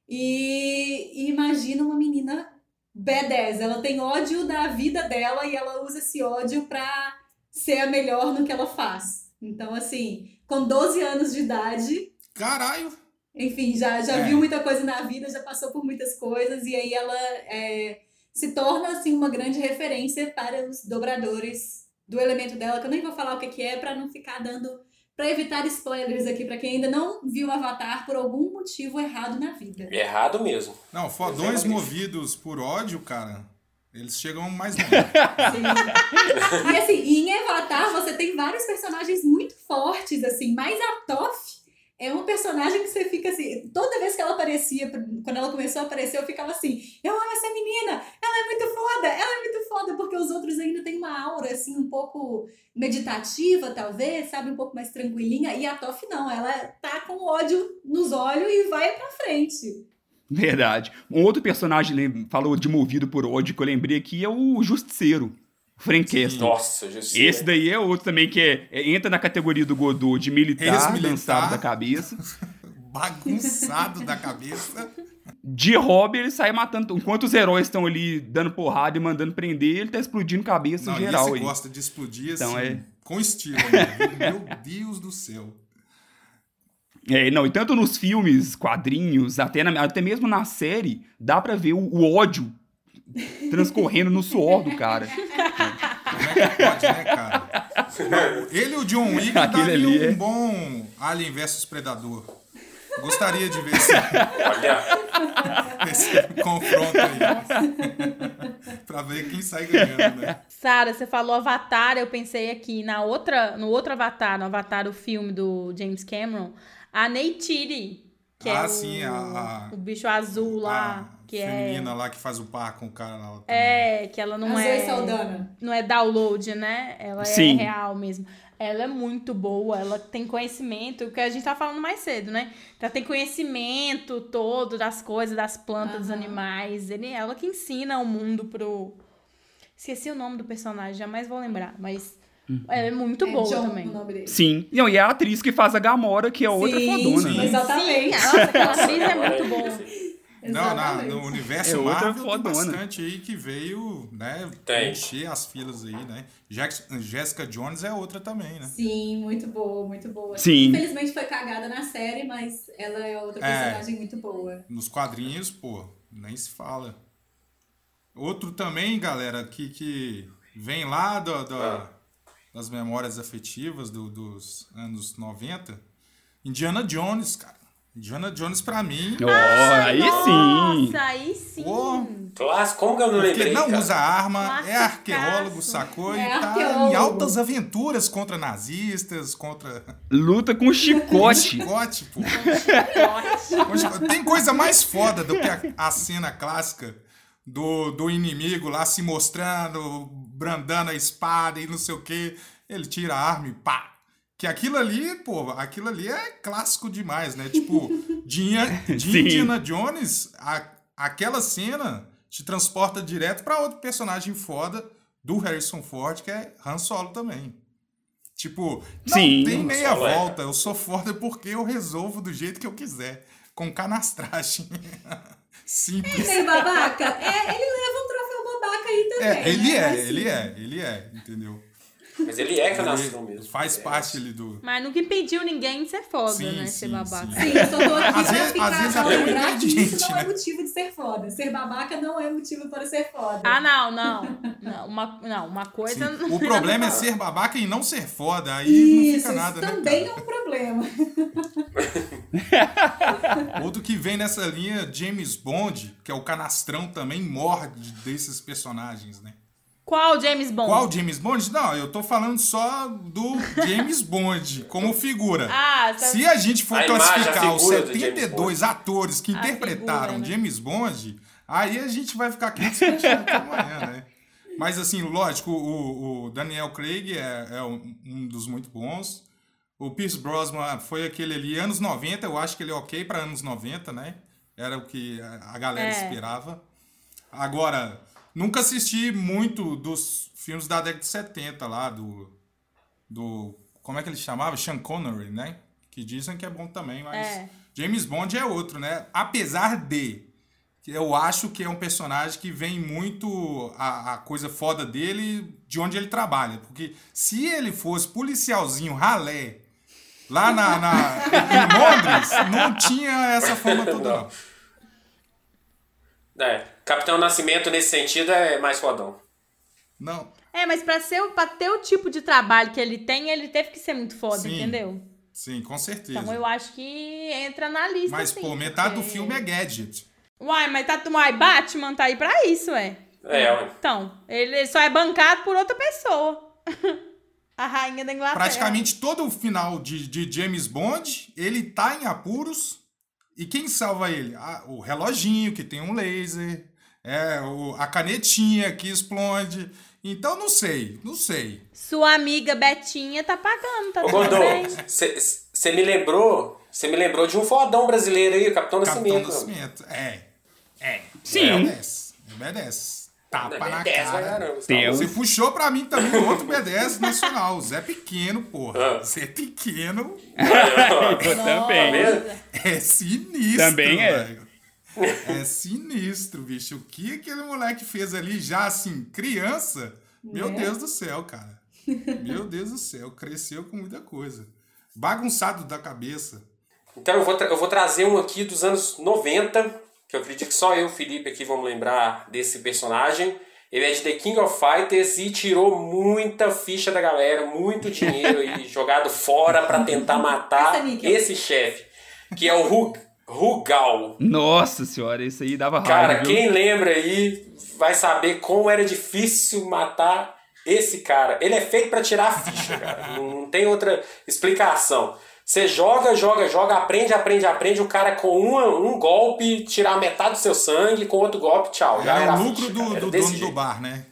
Speaker 1: E, e imagina uma menina badass. Ela tem ódio da vida dela e ela usa esse ódio pra ser a melhor no que ela faz. Então, assim, com 12 anos de idade,
Speaker 3: Caralho!
Speaker 1: enfim, já, já
Speaker 3: É.
Speaker 1: viu muita coisa na vida, já passou por muitas coisas, e aí ela é, se torna assim, uma grande referência para os dobradores do elemento dela, que eu nem vou falar o que, que é para não ficar dando. Pra evitar spoilers aqui, pra quem ainda não viu Avatar por algum motivo errado na vida.
Speaker 5: Errado mesmo.
Speaker 3: Não, fodões
Speaker 4: é
Speaker 5: Exatamente.
Speaker 3: movidos por ódio, cara, eles chegam mais
Speaker 4: <laughs>
Speaker 3: longe.
Speaker 1: Sim. e assim, e em Avatar você tem vários personagens muito fortes, assim, mas a Toph é uma personagem que você fica assim, toda vez que ela aparecia, quando ela começou a aparecer, eu ficava assim, eu amo essa menina, ela é muito foda, ela é muito foda, porque os outros ainda têm uma aura, assim, um pouco meditativa, talvez, sabe, um pouco mais tranquilinha, e a Toph não, ela tá com ódio nos olhos e vai pra frente.
Speaker 2: Verdade. Um outro personagem lem- falou de movido por ódio que eu lembrei aqui é o Justiceiro, o Frank Castle.
Speaker 5: Nossa, Jesus.
Speaker 2: Esse daí é outro também que é- é- entra na categoria do Godot de militar,
Speaker 3: Ex-militar.
Speaker 2: dançado da cabeça.
Speaker 3: Bagunçado da cabeça.
Speaker 2: De hobby, ele sai matando. Enquanto os heróis estão ali dando porrada e mandando prender, ele tá explodindo cabeça
Speaker 3: Não,
Speaker 2: em
Speaker 3: e
Speaker 2: geral.
Speaker 3: esse
Speaker 2: aí.
Speaker 3: gosta de explodir
Speaker 2: Então
Speaker 3: assim,
Speaker 2: é-
Speaker 3: com estilo. né? Meu Deus do céu.
Speaker 2: É, não, e tanto nos filmes, quadrinhos, até, na- até mesmo na série, dá pra ver o, o ódio transcorrendo no suor do cara.
Speaker 3: Como é que pode, né, cara? Ele e o John
Speaker 2: <laughs>
Speaker 3: Wick
Speaker 2: Aquele ali
Speaker 3: dariam
Speaker 2: é-
Speaker 3: um bom Alien versus Predador. Gostaria de ver esse, <laughs>
Speaker 4: <laughs>
Speaker 5: Olha,
Speaker 3: esse confronto aí. <laughs> pra ver quem sai ganhando, né?
Speaker 4: Sara, você falou Avatar, eu pensei aqui na outra, no outro Avatar, no Avatar, o filme do James Cameron, a Neytiri, que é
Speaker 3: Ah,
Speaker 4: o,
Speaker 3: sim, a- a-
Speaker 4: o bicho azul lá,
Speaker 3: a
Speaker 4: que
Speaker 3: Ah, feminina
Speaker 4: é
Speaker 3: lá que faz o par com o cara lá. também.
Speaker 4: é que ela não
Speaker 1: a
Speaker 4: é
Speaker 1: Zoe Saldana.
Speaker 4: não é download, né? Ela
Speaker 2: Sim.
Speaker 4: é real mesmo. Ela é muito boa, ela tem conhecimento, o que a gente tá falando mais cedo, né? Ela tem conhecimento todo das coisas, das plantas, dos
Speaker 1: Aham.
Speaker 4: animais. Ele, ela que ensina o mundo pro. Esqueci o nome do personagem, jamais vou lembrar, mas
Speaker 3: Uhum.
Speaker 4: ela é muito
Speaker 1: É
Speaker 4: boa
Speaker 1: John,
Speaker 4: também.
Speaker 1: o nome dele.
Speaker 2: Sim. Não, e é a atriz que faz a Gamora, que é outra
Speaker 1: Sim,
Speaker 2: fodona,
Speaker 3: sim.
Speaker 2: né?
Speaker 4: Sim,
Speaker 1: Exatamente.
Speaker 4: nossa, aquela atriz é
Speaker 5: olha
Speaker 4: muito
Speaker 5: aí,
Speaker 4: boa.
Speaker 5: esse-
Speaker 3: Não, na-
Speaker 1: Exatamente.
Speaker 3: no universo
Speaker 2: É outra
Speaker 3: Marvel tem
Speaker 2: fodona.
Speaker 3: bastante aí que veio, né,
Speaker 5: Tem.
Speaker 3: encher as filas aí, né? Jax- Jessica Jones é outra também, né?
Speaker 1: Sim, muito boa, muito boa.
Speaker 2: Sim.
Speaker 1: Infelizmente foi cagada na série, mas ela é outra
Speaker 3: É.
Speaker 1: personagem muito boa.
Speaker 3: Nos quadrinhos, pô, nem se fala. Outro também, galera, que, que vem lá do- da- das memórias afetivas do- dos anos 90. Indiana Jones, cara. Indiana Jones, pra mim,
Speaker 2: Ó, aí sim.
Speaker 4: Nossa, aí sim.
Speaker 3: Pô.
Speaker 5: Clássico, como que eu não
Speaker 3: porque
Speaker 5: lembrei?
Speaker 3: não
Speaker 5: cara?
Speaker 3: usa arma, é
Speaker 4: Classicaço.
Speaker 3: arqueólogo, sacou?
Speaker 1: É
Speaker 3: e tá em
Speaker 1: arqueólogo.
Speaker 3: altas aventuras contra nazistas, contra
Speaker 2: Luta com chicote.
Speaker 3: <laughs> chicote, pô.
Speaker 4: Ótimo.
Speaker 3: Tem coisa mais foda do que a, a cena clássica do, do inimigo lá se mostrando, brandando a espada e não sei o quê. Ele tira a arma e pá! Que aquilo ali, pô, aquilo ali é clássico demais, né? Tipo, de, de
Speaker 2: Sim.
Speaker 3: Indiana Jones, a- aquela cena te transporta direto pra outro personagem foda do Harrison Ford, que é Han Solo também. Tipo, não
Speaker 2: Sim.
Speaker 3: tem meia
Speaker 5: Solo é.
Speaker 3: volta, eu sou foda porque eu resolvo do jeito que eu quiser. Com canastragem. <laughs> Simples.
Speaker 1: Tem babaca? É, ele leva um troféu babaca aí também.
Speaker 3: É, ele
Speaker 1: né?
Speaker 3: é,
Speaker 1: Mas,
Speaker 3: ele é, ele é, entendeu?
Speaker 5: Mas ele é canastrão
Speaker 3: Ele
Speaker 5: mesmo.
Speaker 3: Faz
Speaker 5: É.
Speaker 3: parte ali do.
Speaker 4: Mas nunca impediu ninguém de ser foda,
Speaker 3: Sim,
Speaker 4: né? ser
Speaker 3: sim,
Speaker 4: babaca.
Speaker 3: sim.
Speaker 1: Sim, eu só tô aqui
Speaker 3: é. Às
Speaker 1: pra
Speaker 3: vezes- às
Speaker 1: ficar
Speaker 3: vezes
Speaker 1: pra
Speaker 3: até um
Speaker 1: lembrar que isso
Speaker 3: ingrediente,
Speaker 1: não é
Speaker 3: né?
Speaker 1: motivo de ser foda. Ser babaca não é motivo para ser foda.
Speaker 4: Ah, não, não. não, uma, não, uma coisa.
Speaker 3: Sim. O problema é ser babaca e não ser foda. Aí não
Speaker 1: isso,
Speaker 3: fica nada,
Speaker 1: isso
Speaker 3: né?
Speaker 1: também
Speaker 3: cara?
Speaker 1: é um problema.
Speaker 3: Outro que vem nessa linha, James Bond, que é o canastrão também, morde desses personagens, né?
Speaker 4: Qual James Bond?
Speaker 3: Qual James Bond? Não, eu tô falando só do James Bond como figura.
Speaker 4: Ah, tá-
Speaker 3: Se a gente for
Speaker 5: A imagem,
Speaker 3: classificar
Speaker 5: a
Speaker 3: os
Speaker 5: figura do James
Speaker 3: 72 atores que
Speaker 4: A
Speaker 3: interpretaram
Speaker 4: figura, né?
Speaker 3: James Bond, aí a gente vai ficar aqui discutindo até amanhã, né? Mas assim, lógico, o, o Daniel Craig é, é um um dos muito bons. O Pierce Brosnan foi aquele ali, anos 90, eu acho que ele é ok para anos 90, né? Era o que a a galera
Speaker 4: É.
Speaker 3: esperava. Agora, nunca assisti muito dos filmes da década de 70 lá, do. do como é que ele chamava? Sean Connery, né? Que dizem que é bom também, mas.
Speaker 4: É.
Speaker 3: James Bond é outro, né? Apesar de. que Eu acho que é um personagem que vem muito a, a coisa foda dele de onde ele trabalha. Porque se ele fosse policialzinho ralé lá na, na- em Londres, não tinha essa fama toda, não.
Speaker 5: É, Capitão Nascimento, nesse sentido, é mais fodão.
Speaker 3: Não.
Speaker 4: É, mas pra, ser, o- pra ter o tipo de trabalho que ele tem, ele teve que ser muito foda,
Speaker 3: Sim,
Speaker 4: entendeu?
Speaker 3: Sim, com certeza.
Speaker 4: Então eu acho que entra na lista.
Speaker 3: Mas,
Speaker 4: sim,
Speaker 3: pô, metade do
Speaker 4: porque-
Speaker 3: filme é gadget.
Speaker 4: Uai, mas tá, uai, Batman tá aí pra isso, é.
Speaker 5: É, ué.
Speaker 4: Então, ele só é bancado por outra pessoa. A rainha da Inglaterra.
Speaker 3: Praticamente todo o final de, de James Bond, ele tá em apuros. E quem salva ele? Ah, o reloginho, que tem um laser. É, o- a canetinha que explode. Então, não sei, não sei.
Speaker 4: Sua amiga Betinha tá pagando, tá
Speaker 5: Ô,
Speaker 4: tudo
Speaker 5: Godô,
Speaker 4: bem.
Speaker 5: você me lembrou. Você me lembrou de um fodão brasileiro aí, o Capitão
Speaker 3: Capitão
Speaker 5: Nascimento.
Speaker 3: Nascimento. É. É.
Speaker 2: Sim.
Speaker 3: BDS. BDS. Tapa na
Speaker 5: é Dez um pra
Speaker 3: cara.
Speaker 5: caramba,
Speaker 2: Tem-
Speaker 3: Você puxou pra mim também outro BDS nacional. Zé Pequeno, porra.
Speaker 5: Ah.
Speaker 3: Zé Pequeno
Speaker 2: Eu
Speaker 5: Tá
Speaker 2: <laughs> também.
Speaker 5: vendo?
Speaker 3: É sinistro.
Speaker 2: Também é.
Speaker 3: velho. É sinistro, bicho. O que aquele moleque fez ali já assim, criança? Meu
Speaker 1: Né?
Speaker 3: Deus do céu, cara. Meu Deus do céu. Cresceu com muita coisa. Bagunçado da cabeça.
Speaker 5: Então eu vou, tra- eu vou trazer um aqui dos anos 90, que eu acredito que só eu, Felipe, aqui vamos lembrar desse personagem. Ele é de The King of Fighters e tirou muita ficha da galera, muito dinheiro
Speaker 3: <laughs>
Speaker 5: aí jogado fora pra tentar matar
Speaker 4: é
Speaker 1: Essa, Níquel.
Speaker 5: esse chefe, que é o Rug- Rugal.
Speaker 2: Nossa senhora, isso aí dava
Speaker 5: Cara,
Speaker 2: raiva. viu?
Speaker 5: quem lembra aí vai saber como era difícil matar esse cara. Ele é feito pra tirar a
Speaker 3: <laughs>
Speaker 5: ficha, cara. não, não tem outra explicação. Você joga, joga, joga, aprende, aprende, aprende. O cara com uma- um golpe tirar metade do seu sangue, com outro golpe, tchau. já
Speaker 3: Era
Speaker 5: a
Speaker 3: É o lucro
Speaker 5: ficha,
Speaker 3: do,
Speaker 5: cara. Era
Speaker 3: do
Speaker 5: desse
Speaker 3: dono do
Speaker 5: jeito.
Speaker 3: bar, né?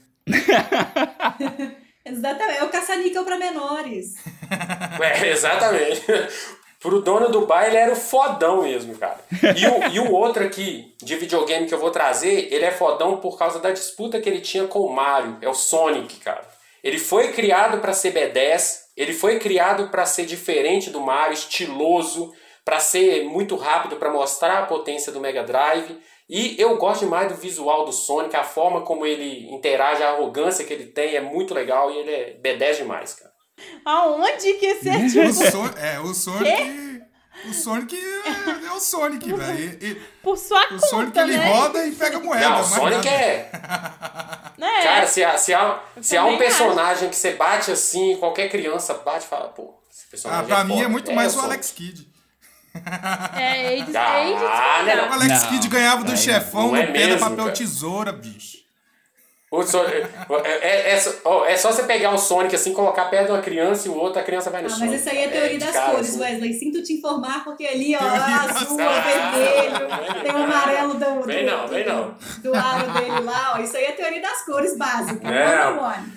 Speaker 1: Exatamente. É o caça-níquel pra menores.
Speaker 5: <laughs> É, exatamente. Pro dono do bar, ele era o fodão mesmo, cara. E o, e o outro aqui, de videogame que eu vou trazer, ele é fodão por causa da disputa que ele tinha com o Mario. É o Sonic, cara. Ele foi criado pra ser B10, ele foi criado pra ser diferente do Mario, estiloso, pra ser muito rápido, pra mostrar a potência do Mega Drive. E eu gosto demais do visual do Sonic, a forma como ele interage, a arrogância que ele tem é muito legal e ele é B10 demais, cara.
Speaker 4: Aonde que esse é
Speaker 3: <laughs> O, Son- é, o Sonic. O Sonic é, é o Sonic, velho. E- e-
Speaker 4: por sua
Speaker 3: O
Speaker 4: conta,
Speaker 3: Sonic ele
Speaker 4: né?
Speaker 3: roda e pega moeda.
Speaker 5: Não, o
Speaker 3: mais
Speaker 5: Sonic
Speaker 3: nada.
Speaker 5: é.
Speaker 1: É.
Speaker 4: Né?
Speaker 5: Cara, se há, se há,
Speaker 4: Eu
Speaker 5: se há um
Speaker 4: também acho.
Speaker 5: personagem que você bate assim, qualquer criança bate e fala, pô, esse
Speaker 3: Ah,
Speaker 5: personagem.
Speaker 3: pra mim
Speaker 5: foda.
Speaker 3: é muito mais
Speaker 5: eu
Speaker 3: o
Speaker 5: sou-
Speaker 3: Alex Kidd.
Speaker 4: É, ele diz,
Speaker 5: Ah,
Speaker 4: ele diz
Speaker 5: não.
Speaker 3: O Alex
Speaker 2: Não,
Speaker 3: Kidd ganhava do
Speaker 2: aí
Speaker 3: chefão
Speaker 5: não é
Speaker 3: do pedra,
Speaker 5: mesmo,
Speaker 3: papel,
Speaker 5: cara.
Speaker 3: tesoura, bicho.
Speaker 5: O Son- é, é- é só- ó, é só você pegar o Sonic assim, colocar perto de uma criança e o outro, a criança vai
Speaker 1: Ah,
Speaker 5: no
Speaker 1: mas
Speaker 5: Sonic.
Speaker 1: isso aí é
Speaker 5: cara.
Speaker 1: teoria
Speaker 5: de
Speaker 1: das
Speaker 5: cara,
Speaker 1: cores,
Speaker 5: assim.
Speaker 1: Wesley. Sinto te informar, porque ali, ó,
Speaker 3: Teoria
Speaker 1: é
Speaker 3: das
Speaker 1: azul,
Speaker 5: cores.
Speaker 1: é vermelho, tem o amarelo do, do,
Speaker 5: Vem não, vem
Speaker 1: do-
Speaker 5: não.
Speaker 1: do aro dele lá, ó. Isso aí é teoria das cores básica.
Speaker 5: É.
Speaker 1: Number one.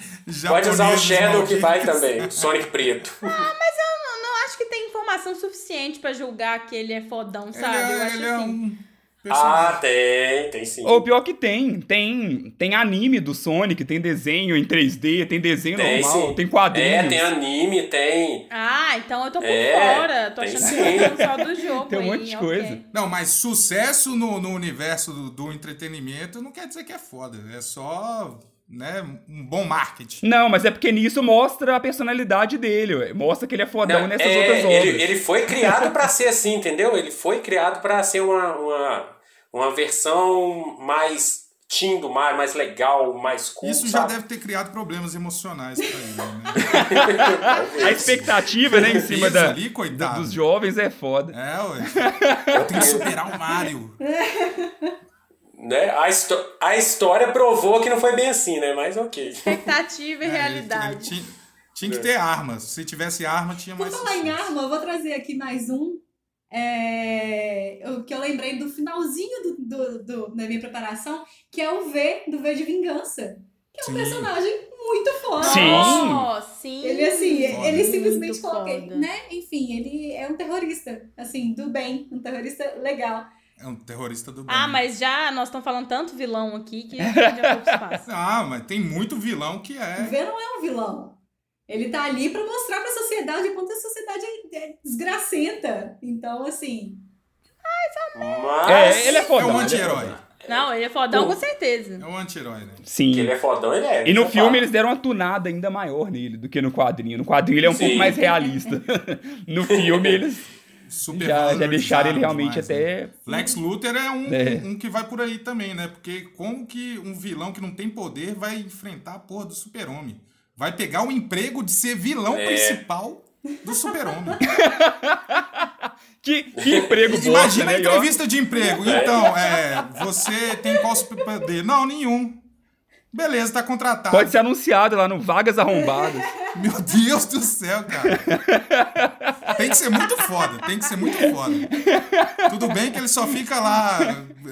Speaker 5: Pode usar o
Speaker 3: Japoneses né,
Speaker 5: Shadow que vai
Speaker 3: malditos. <laughs>
Speaker 5: também, Sonic preto.
Speaker 4: Eu não acho que tem informação suficiente pra julgar que ele é fodão, sabe?
Speaker 3: Ele
Speaker 4: eu
Speaker 3: é,
Speaker 4: acho
Speaker 3: ele é
Speaker 4: assim.
Speaker 3: um personagem.
Speaker 5: ah, tem, tem sim.
Speaker 2: Ou pior que tem, tem, tem anime do Sonic, tem desenho em 3D, tem desenho
Speaker 5: tem
Speaker 2: normal,
Speaker 5: sim.
Speaker 2: tem quadrinhos.
Speaker 5: É, tem anime, tem.
Speaker 4: Ah, então eu tô por
Speaker 5: É,
Speaker 4: fora. Tô
Speaker 5: tem
Speaker 4: achando
Speaker 5: sim.
Speaker 4: que eu tô falando só do jogo.
Speaker 2: Tem um
Speaker 4: aí,
Speaker 2: monte de
Speaker 4: ok.
Speaker 2: coisa.
Speaker 3: Não, mas sucesso no, no universo do, do entretenimento não quer dizer que é foda. É só né, um bom marketing.
Speaker 2: Não, mas é porque nisso mostra a personalidade dele, ué. mostra que ele é fodão
Speaker 5: Não,
Speaker 2: nessas
Speaker 5: é,
Speaker 2: outras obras.
Speaker 5: ele, ele foi criado pra ser assim, entendeu? Ele foi criado pra ser uma, uma, uma versão mais teen do mar, mais legal, mais cool.
Speaker 3: Isso já
Speaker 5: sabe?
Speaker 3: deve ter criado problemas emocionais pra ele, né?
Speaker 5: <laughs>
Speaker 2: A expectativa, né, em cima
Speaker 3: Isso
Speaker 2: da,
Speaker 3: ali, coitado.
Speaker 2: dos jovens é foda.
Speaker 4: <laughs>
Speaker 3: É, ué. Eu tenho que superar o Mario.
Speaker 5: Né? A, histó- a história provou que não foi bem assim, né? Mas ok.
Speaker 4: Expectativa e
Speaker 3: É, ele- ele
Speaker 4: realidade.
Speaker 3: tinha, tinha que ter arma. Se tivesse arma, tinha
Speaker 1: Por
Speaker 3: mais.
Speaker 1: falar em arma, eu vou trazer aqui mais um. é, eu- que eu lembrei do finalzinho do, do- do- da minha preparação, que é o V, do V de Vingança. Que é um
Speaker 3: Sim.
Speaker 1: personagem muito foda.
Speaker 2: Sim.
Speaker 4: Oh, sim.
Speaker 1: Ele assim,
Speaker 3: Foda.
Speaker 1: ele simplesmente
Speaker 4: Muito
Speaker 1: coloca,
Speaker 4: foda.
Speaker 1: né? Enfim, ele é um terrorista, assim, do bem, um terrorista legal.
Speaker 3: É um terrorista do bem.
Speaker 4: Ah, mas já nós estamos falando tanto vilão aqui que
Speaker 2: <laughs>
Speaker 4: já pouco espaço.
Speaker 3: Ah, mas tem muito vilão que
Speaker 1: O
Speaker 3: é.
Speaker 1: V não é um vilão. Ele tá ali pra mostrar pra sociedade o quanto a sociedade é, é desgracenta. Então, assim,
Speaker 5: Mas.
Speaker 2: É, ele é
Speaker 3: É
Speaker 2: fodão.
Speaker 3: um
Speaker 5: né?
Speaker 2: ele
Speaker 3: anti-herói.
Speaker 2: fodão.
Speaker 4: Não, ele é fodão
Speaker 5: Pô.
Speaker 4: com certeza.
Speaker 3: É um anti-herói, né?
Speaker 5: Que
Speaker 2: Sim.
Speaker 5: ele é fodão, ele é.
Speaker 2: E no
Speaker 5: isso é
Speaker 2: filme
Speaker 5: fato.
Speaker 2: eles deram uma tunada ainda maior nele do que no quadrinho. No quadrinho ele é um
Speaker 5: Sim.
Speaker 2: pouco mais realista. <laughs> no filme
Speaker 3: <laughs>
Speaker 2: eles
Speaker 3: Super
Speaker 2: já, já
Speaker 3: valorizaram
Speaker 2: deixaram ele realmente
Speaker 3: demais, né?
Speaker 2: até.
Speaker 3: Lex Luthor é um,
Speaker 2: É.
Speaker 3: um que vai por aí também, né? Porque como que um vilão que não tem poder vai enfrentar a porra do super-homem? Vai pegar o emprego de ser vilão
Speaker 5: É.
Speaker 3: principal
Speaker 2: <laughs>
Speaker 3: do super-homem.
Speaker 2: Que, que emprego bosta,
Speaker 3: Imagina
Speaker 2: né?
Speaker 3: a
Speaker 2: E ó,
Speaker 3: entrevista de emprego. Então, é, você tem qual superpoder? Não, nenhum. Beleza, tá contratado.
Speaker 2: Pode ser anunciado lá no Vagas
Speaker 3: <laughs>
Speaker 2: Arrombadas.
Speaker 3: Meu Deus do céu, cara. Tem que ser muito foda, tem que ser muito foda. Tudo bem que ele só fica lá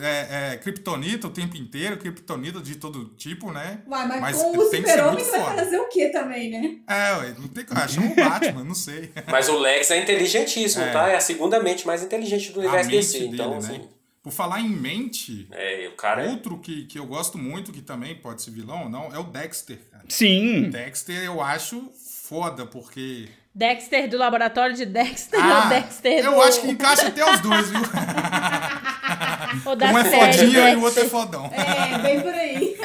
Speaker 3: é, é, kriptonita o tempo inteiro, kriptonita de todo tipo, né?
Speaker 1: uai, mas,
Speaker 3: Mas
Speaker 1: com o
Speaker 3: tem que ser
Speaker 1: super-homem
Speaker 3: muito
Speaker 1: você vai
Speaker 3: foda.
Speaker 1: fazer o quê também, né?
Speaker 3: É, ué, não tem que achar um Batman, não sei.
Speaker 5: Mas o Lex é inteligentíssimo,
Speaker 3: É.
Speaker 5: tá? É a segunda mente mais inteligente do universo
Speaker 3: mente
Speaker 5: DC.
Speaker 3: dele,
Speaker 5: então,
Speaker 3: né?
Speaker 5: assim.
Speaker 3: Por falar em mente,
Speaker 5: É, o cara. é-
Speaker 3: outro que, que eu gosto muito, que também pode ser vilão ou não, é o Dexter, cara.
Speaker 2: Sim.
Speaker 3: Dexter eu acho foda, porque.
Speaker 4: Dexter do laboratório de Dexter <laughs> ou Dexter
Speaker 3: Ah, eu
Speaker 4: do...
Speaker 3: acho que encaixa até os dois, viu?
Speaker 4: ou da
Speaker 3: Um é
Speaker 4: série né?
Speaker 3: fodinha e
Speaker 4: Dexter.
Speaker 3: o outro é fodão.
Speaker 1: É, bem por aí.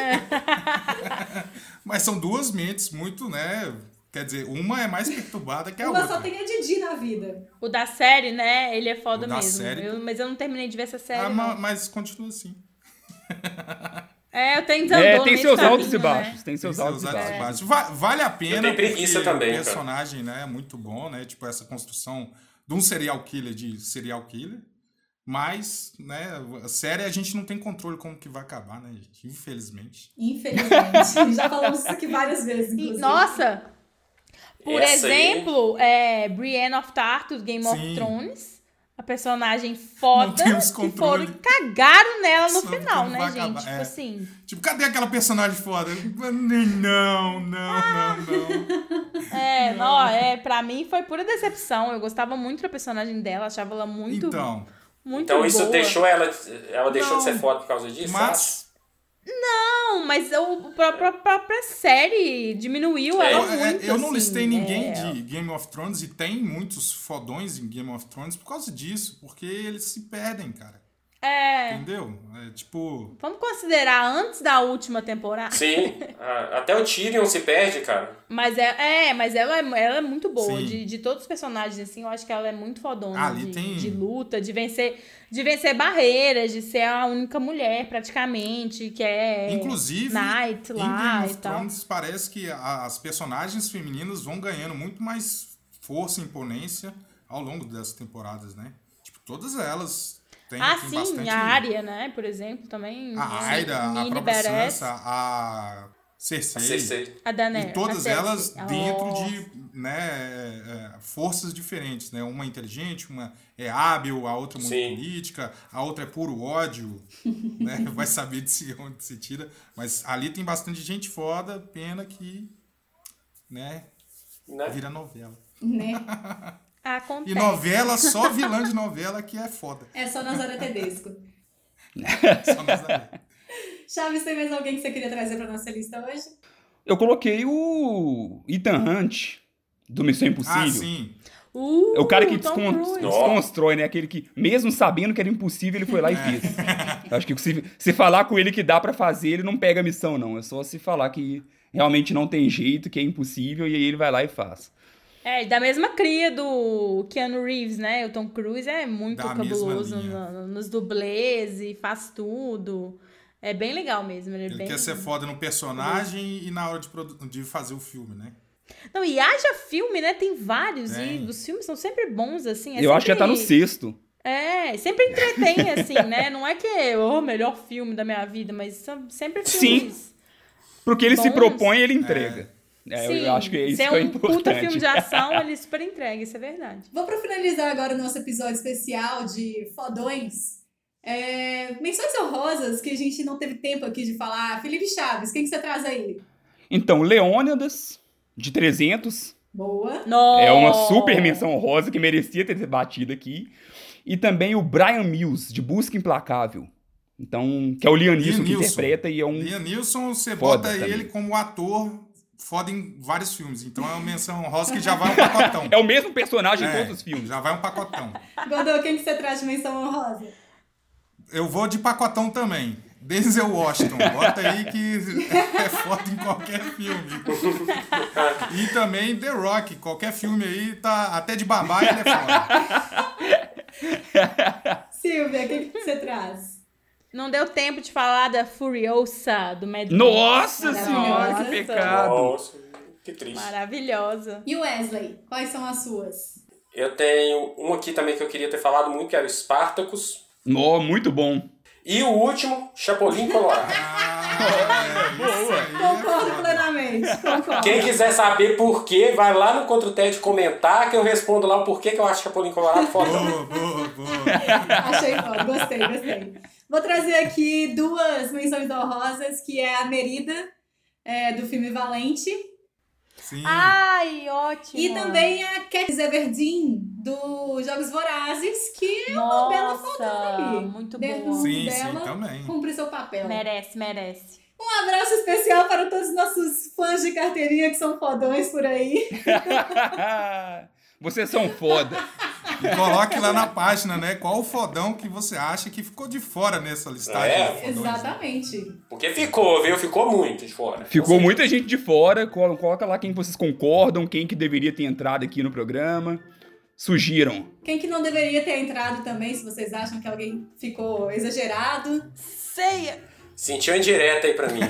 Speaker 3: Mas são duas mentes muito, né? Quer dizer, uma <laughs> é mais perturbada que a
Speaker 1: Uma
Speaker 3: outra.
Speaker 1: só tem a Didi na vida.
Speaker 4: O da série, né? Ele é foda
Speaker 3: O da
Speaker 4: mesmo.
Speaker 3: série.
Speaker 4: Eu- mas eu não terminei de ver essa série.
Speaker 3: Ah,
Speaker 4: não.
Speaker 3: ma- mas continua assim.
Speaker 4: É, eu tenho
Speaker 2: É,
Speaker 4: desandou
Speaker 2: tem
Speaker 4: no meio do
Speaker 2: seus
Speaker 4: caminho,
Speaker 2: altos e
Speaker 4: né?
Speaker 2: baixos. Tem
Speaker 3: Tem
Speaker 2: seus
Speaker 3: seus
Speaker 2: altos e
Speaker 3: altos e
Speaker 2: baixos.
Speaker 3: baixos. Va- vale a
Speaker 5: Eu
Speaker 3: pena.
Speaker 5: tenho preguiça
Speaker 3: porque
Speaker 5: também,
Speaker 3: O
Speaker 5: cara.
Speaker 3: personagem, né, é muito bom, né? Tipo, essa construção de um serial killer de serial killer. Mas, né, a série a gente não tem controle como que vai acabar, né, gente? Infelizmente.
Speaker 1: Infelizmente. Já falamos isso aqui várias vezes,
Speaker 4: E,
Speaker 1: inclusive.
Speaker 4: Nossa! Por
Speaker 5: Essa aí-
Speaker 4: exemplo, é, Brienne of Tarth, do Game of
Speaker 3: Sim.
Speaker 4: Thrones. A personagem
Speaker 3: Não
Speaker 4: foda.
Speaker 3: temos
Speaker 4: Que
Speaker 3: controle.
Speaker 4: foram, cagaram nela no
Speaker 3: Sabe
Speaker 4: final,
Speaker 3: como
Speaker 4: né,
Speaker 3: vai
Speaker 4: gente?
Speaker 3: acabar,
Speaker 4: Tipo
Speaker 3: é.
Speaker 4: assim.
Speaker 3: Tipo, cadê aquela personagem foda? Não, não, não, não.
Speaker 4: É, não, é, pra mim foi pura decepção. Eu gostava muito da personagem dela, achava ela muito,
Speaker 3: Então,
Speaker 4: muito
Speaker 5: Então isso
Speaker 4: boa.
Speaker 5: deixou ela. Ela deixou de
Speaker 3: Não.
Speaker 5: ser foda por causa disso?
Speaker 3: mas
Speaker 4: Não, mas o- a própria, a própria série diminuiu
Speaker 5: É,
Speaker 4: ela
Speaker 3: Eu- é,
Speaker 4: muito.
Speaker 3: eu não
Speaker 4: assim,
Speaker 3: listei ninguém
Speaker 4: é.
Speaker 3: de Game of Thrones e tem muitos fodões em Game of Thrones por causa disso, porque eles se perdem, cara.
Speaker 4: É.
Speaker 3: Entendeu? É tipo.
Speaker 4: Vamos considerar antes da última temporada.
Speaker 5: Sim, a- até o Tyrion se perde, cara.
Speaker 4: Mas é, é, mas ela é, ela é muito boa.
Speaker 3: Sim. Ah,
Speaker 4: De, de todos os personagens, assim, eu acho que ela é muito fodona.
Speaker 3: Ali
Speaker 4: de,
Speaker 3: tem-
Speaker 4: de luta, de vencer, de vencer barreiras, de ser a única mulher, praticamente, que é
Speaker 3: inclusive,
Speaker 4: Knight
Speaker 3: em
Speaker 4: lá
Speaker 3: Game
Speaker 4: e
Speaker 3: of
Speaker 4: tal.
Speaker 3: Thrones parece que a- as personagens femininas vão ganhando muito mais força e imponência ao longo dessas temporadas, né? Tipo, todas elas têm,
Speaker 4: ah,
Speaker 3: têm
Speaker 4: sim,
Speaker 3: bastante.
Speaker 4: a Arya, né? Por exemplo, também.
Speaker 3: A Aira, a
Speaker 4: Mini
Speaker 3: própria
Speaker 4: badass,
Speaker 3: Sansa, a
Speaker 5: A Cersei.
Speaker 4: A Daenerys.
Speaker 3: E todas
Speaker 4: a Cersei.
Speaker 3: elas dentro
Speaker 4: Nossa.
Speaker 3: de né, é, é, forças diferentes, né? Uma é inteligente, uma é hábil, a outra é muito
Speaker 5: Sim.
Speaker 3: política, a outra é puro ódio, <laughs> né? Vai saber de si, onde se tira. Mas ali tem bastante gente foda, pena que, né,
Speaker 5: Né?
Speaker 3: vira novela.
Speaker 1: Né?
Speaker 4: Acontece.
Speaker 3: E novela, só vilã de novela que é foda.
Speaker 1: É só Nazaré Tedesco.
Speaker 3: Só nós ali.
Speaker 1: Chaves, tem mais alguém que você queria trazer pra nossa lista hoje?
Speaker 2: Eu coloquei o Ethan Hunt do Missão Impossível.
Speaker 3: ah, sim.
Speaker 4: Uh,
Speaker 2: É o cara que
Speaker 4: Tom
Speaker 2: descon-
Speaker 4: Cruise.
Speaker 5: Nossa.
Speaker 2: desconstrói, né? Aquele que, mesmo sabendo que era impossível, ele foi lá e
Speaker 3: <laughs>
Speaker 2: fez. Eu acho que se, se falar com ele que dá pra fazer, ele não pega a missão, não. É só se falar que realmente não tem jeito, que é impossível, e aí ele vai lá e faz.
Speaker 4: É, da mesma cria do Keanu Reeves, né? O Tom Cruise é muito
Speaker 3: Da mesma
Speaker 4: cabuloso
Speaker 3: linha.
Speaker 4: no- nos dublês e faz tudo. É bem legal mesmo. Ele, é
Speaker 3: Ele
Speaker 4: bem...
Speaker 3: quer ser foda no personagem e na hora de, produ- de fazer o filme, né?
Speaker 4: Não, e haja filme, né? Tem vários.
Speaker 3: Tem.
Speaker 4: E os filmes são sempre bons, assim. é
Speaker 2: eu acho que já tá no
Speaker 4: sempre-
Speaker 2: sexto.
Speaker 4: É, sempre entretém, assim, né? Não é que é o melhor filme da minha vida, mas são sempre
Speaker 2: Sim.
Speaker 4: filmes.
Speaker 2: Porque ele se
Speaker 4: Bons.
Speaker 2: propõe, ele entrega. É, eu-
Speaker 4: Sim,
Speaker 2: eu acho que é isso
Speaker 4: se é
Speaker 2: que é
Speaker 4: um
Speaker 2: importante.
Speaker 4: puta filme de
Speaker 2: <laughs>
Speaker 4: ação, ele super entrega, isso é verdade.
Speaker 1: Vamos para finalizar agora o nosso episódio especial de fodões. É, menções honrosas que a gente não teve tempo aqui de falar. Felipe Chaves, quem que você traz aí?
Speaker 2: Então, Leônidas, de 300,
Speaker 1: Boa.
Speaker 4: Nossa.
Speaker 2: é uma super menção honrosa que merecia ter sido batida aqui. E também o Brian Mills, de Busca Implacável. Então, que é o Lianisson que
Speaker 3: Liam Neeson.
Speaker 2: interpreta e é um...
Speaker 3: Liam Neeson, você
Speaker 2: Foda
Speaker 3: bota
Speaker 2: também.
Speaker 3: ele como ator foda em vários filmes. Então é uma menção honrosa que já vai
Speaker 2: <laughs>
Speaker 3: um pacotão.
Speaker 2: É o mesmo personagem em
Speaker 3: É,
Speaker 2: todos os filmes.
Speaker 3: Já vai um pacotão.
Speaker 1: Godô, quem que você traz de menção honrosa?
Speaker 3: Eu vou de pacotão também. Denzel Washington, bota aí que é foda em qualquer filme. E também The Rock, qualquer filme aí, tá até de babá ele é foda.
Speaker 1: Silvia, quem que você traz?
Speaker 4: Não deu tempo de falar da Furiosa, do Mad Max.
Speaker 2: Nossa senhora,
Speaker 1: Maravilhosa.
Speaker 2: que pecado!
Speaker 5: Nossa, que triste.
Speaker 4: Maravilhosa.
Speaker 1: E Wesley, quais são as suas?
Speaker 5: Eu tenho um aqui também que eu queria ter falado muito, que era o Spartacus.
Speaker 2: Nó, muito bom. <laughs>
Speaker 5: E o último, Chapolin
Speaker 3: <laughs>
Speaker 5: Colorado.
Speaker 3: Ah, isso aí é
Speaker 1: Concordo
Speaker 3: foda.
Speaker 1: plenamente, concordo.
Speaker 5: Quem quiser saber por quê, vai lá no Contra o Tédio comentar que eu respondo lá o porquê que eu acho Chapolin Colorado foda.
Speaker 3: Boa, boa, boa.
Speaker 2: <laughs>
Speaker 1: Achei foda, gostei, gostei. Vou trazer aqui duas menções honrosas, que é a Merida, é, do filme Valente,
Speaker 3: Sim.
Speaker 4: Ah, Ai, ótimo.
Speaker 1: e também a Cat Zeverdeen, do Jogos Vorazes, que
Speaker 4: Nossa,
Speaker 1: é bela fodona ali.
Speaker 4: Muito
Speaker 1: Dentro
Speaker 4: boa.
Speaker 1: do-
Speaker 3: sim, sim,
Speaker 1: dela.
Speaker 3: também.
Speaker 1: cumpre seu papel.
Speaker 4: Merece, merece.
Speaker 1: Um abraço especial para todos os nossos fãs de carteirinha que são fodões por aí.
Speaker 2: Vocês são foda.
Speaker 3: E coloque lá na página, né? Qual o fodão que você acha que ficou de fora nessa listagem?
Speaker 5: É,
Speaker 3: de fodões, né?
Speaker 1: Exatamente.
Speaker 5: Porque ficou, viu? Ficou muito de fora.
Speaker 2: Ficou muita gente de fora. Colo- Coloca lá quem vocês concordam, quem que deveria ter entrado aqui no programa. Sugiram.
Speaker 1: Quem que não deveria ter entrado também, se vocês acham que alguém ficou exagerado.
Speaker 4: Ceia.
Speaker 5: Sentiu indireta aí pra mim. né?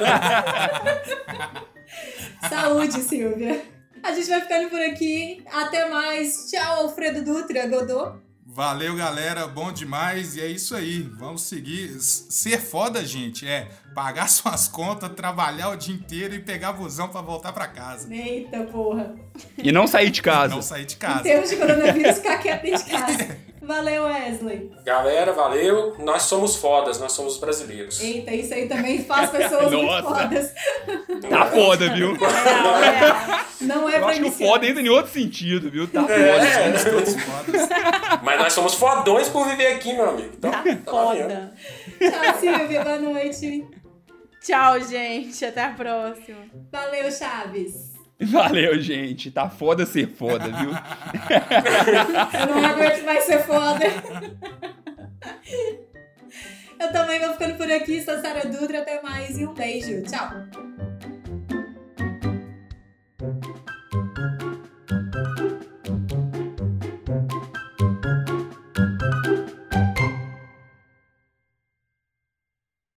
Speaker 3: <laughs>
Speaker 1: Saúde, Silvia. A gente vai ficando por aqui. Até mais. Tchau, Alfredo Dutra, Godô.
Speaker 3: Valeu, galera. Bom demais. E é isso aí. Vamos seguir. S- Ser foda, gente, é pagar <laughs> suas contas, trabalhar o dia inteiro e pegar busão pra voltar pra casa.
Speaker 1: Eita porra.
Speaker 2: E não saí de casa.
Speaker 3: Não sair de
Speaker 1: Em
Speaker 3: casa.
Speaker 1: termos de coronavírus, ficar quieto dentro de casa.
Speaker 3: <laughs>
Speaker 1: Valeu, Wesley.
Speaker 5: Galera, valeu. Nós somos fodas, nós somos brasileiros.
Speaker 1: Eita, isso aí também faz pessoas muito
Speaker 2: Nossa.
Speaker 1: fodas.
Speaker 2: Tá foda, viu?
Speaker 4: Real, real.
Speaker 1: Não é
Speaker 2: Eu
Speaker 1: pra
Speaker 2: acho que o
Speaker 1: iniciar.
Speaker 2: foda entra em outro sentido, viu? Tá foda.
Speaker 5: É,
Speaker 3: Todos fodas.
Speaker 5: mas nós somos fodões por viver aqui, meu amigo. Então,
Speaker 4: Tá
Speaker 5: valendo.
Speaker 4: foda.
Speaker 1: Tchau, Silvia. Boa noite.
Speaker 4: Tchau, gente. Até a próxima.
Speaker 1: Valeu, Chaves.
Speaker 2: Valeu, gente. Tá foda ser foda, viu?
Speaker 1: Eu não aguento mais ser foda. Eu também vou ficando por aqui. Sou Sara Dutra. Até mais e um beijo. Tchau.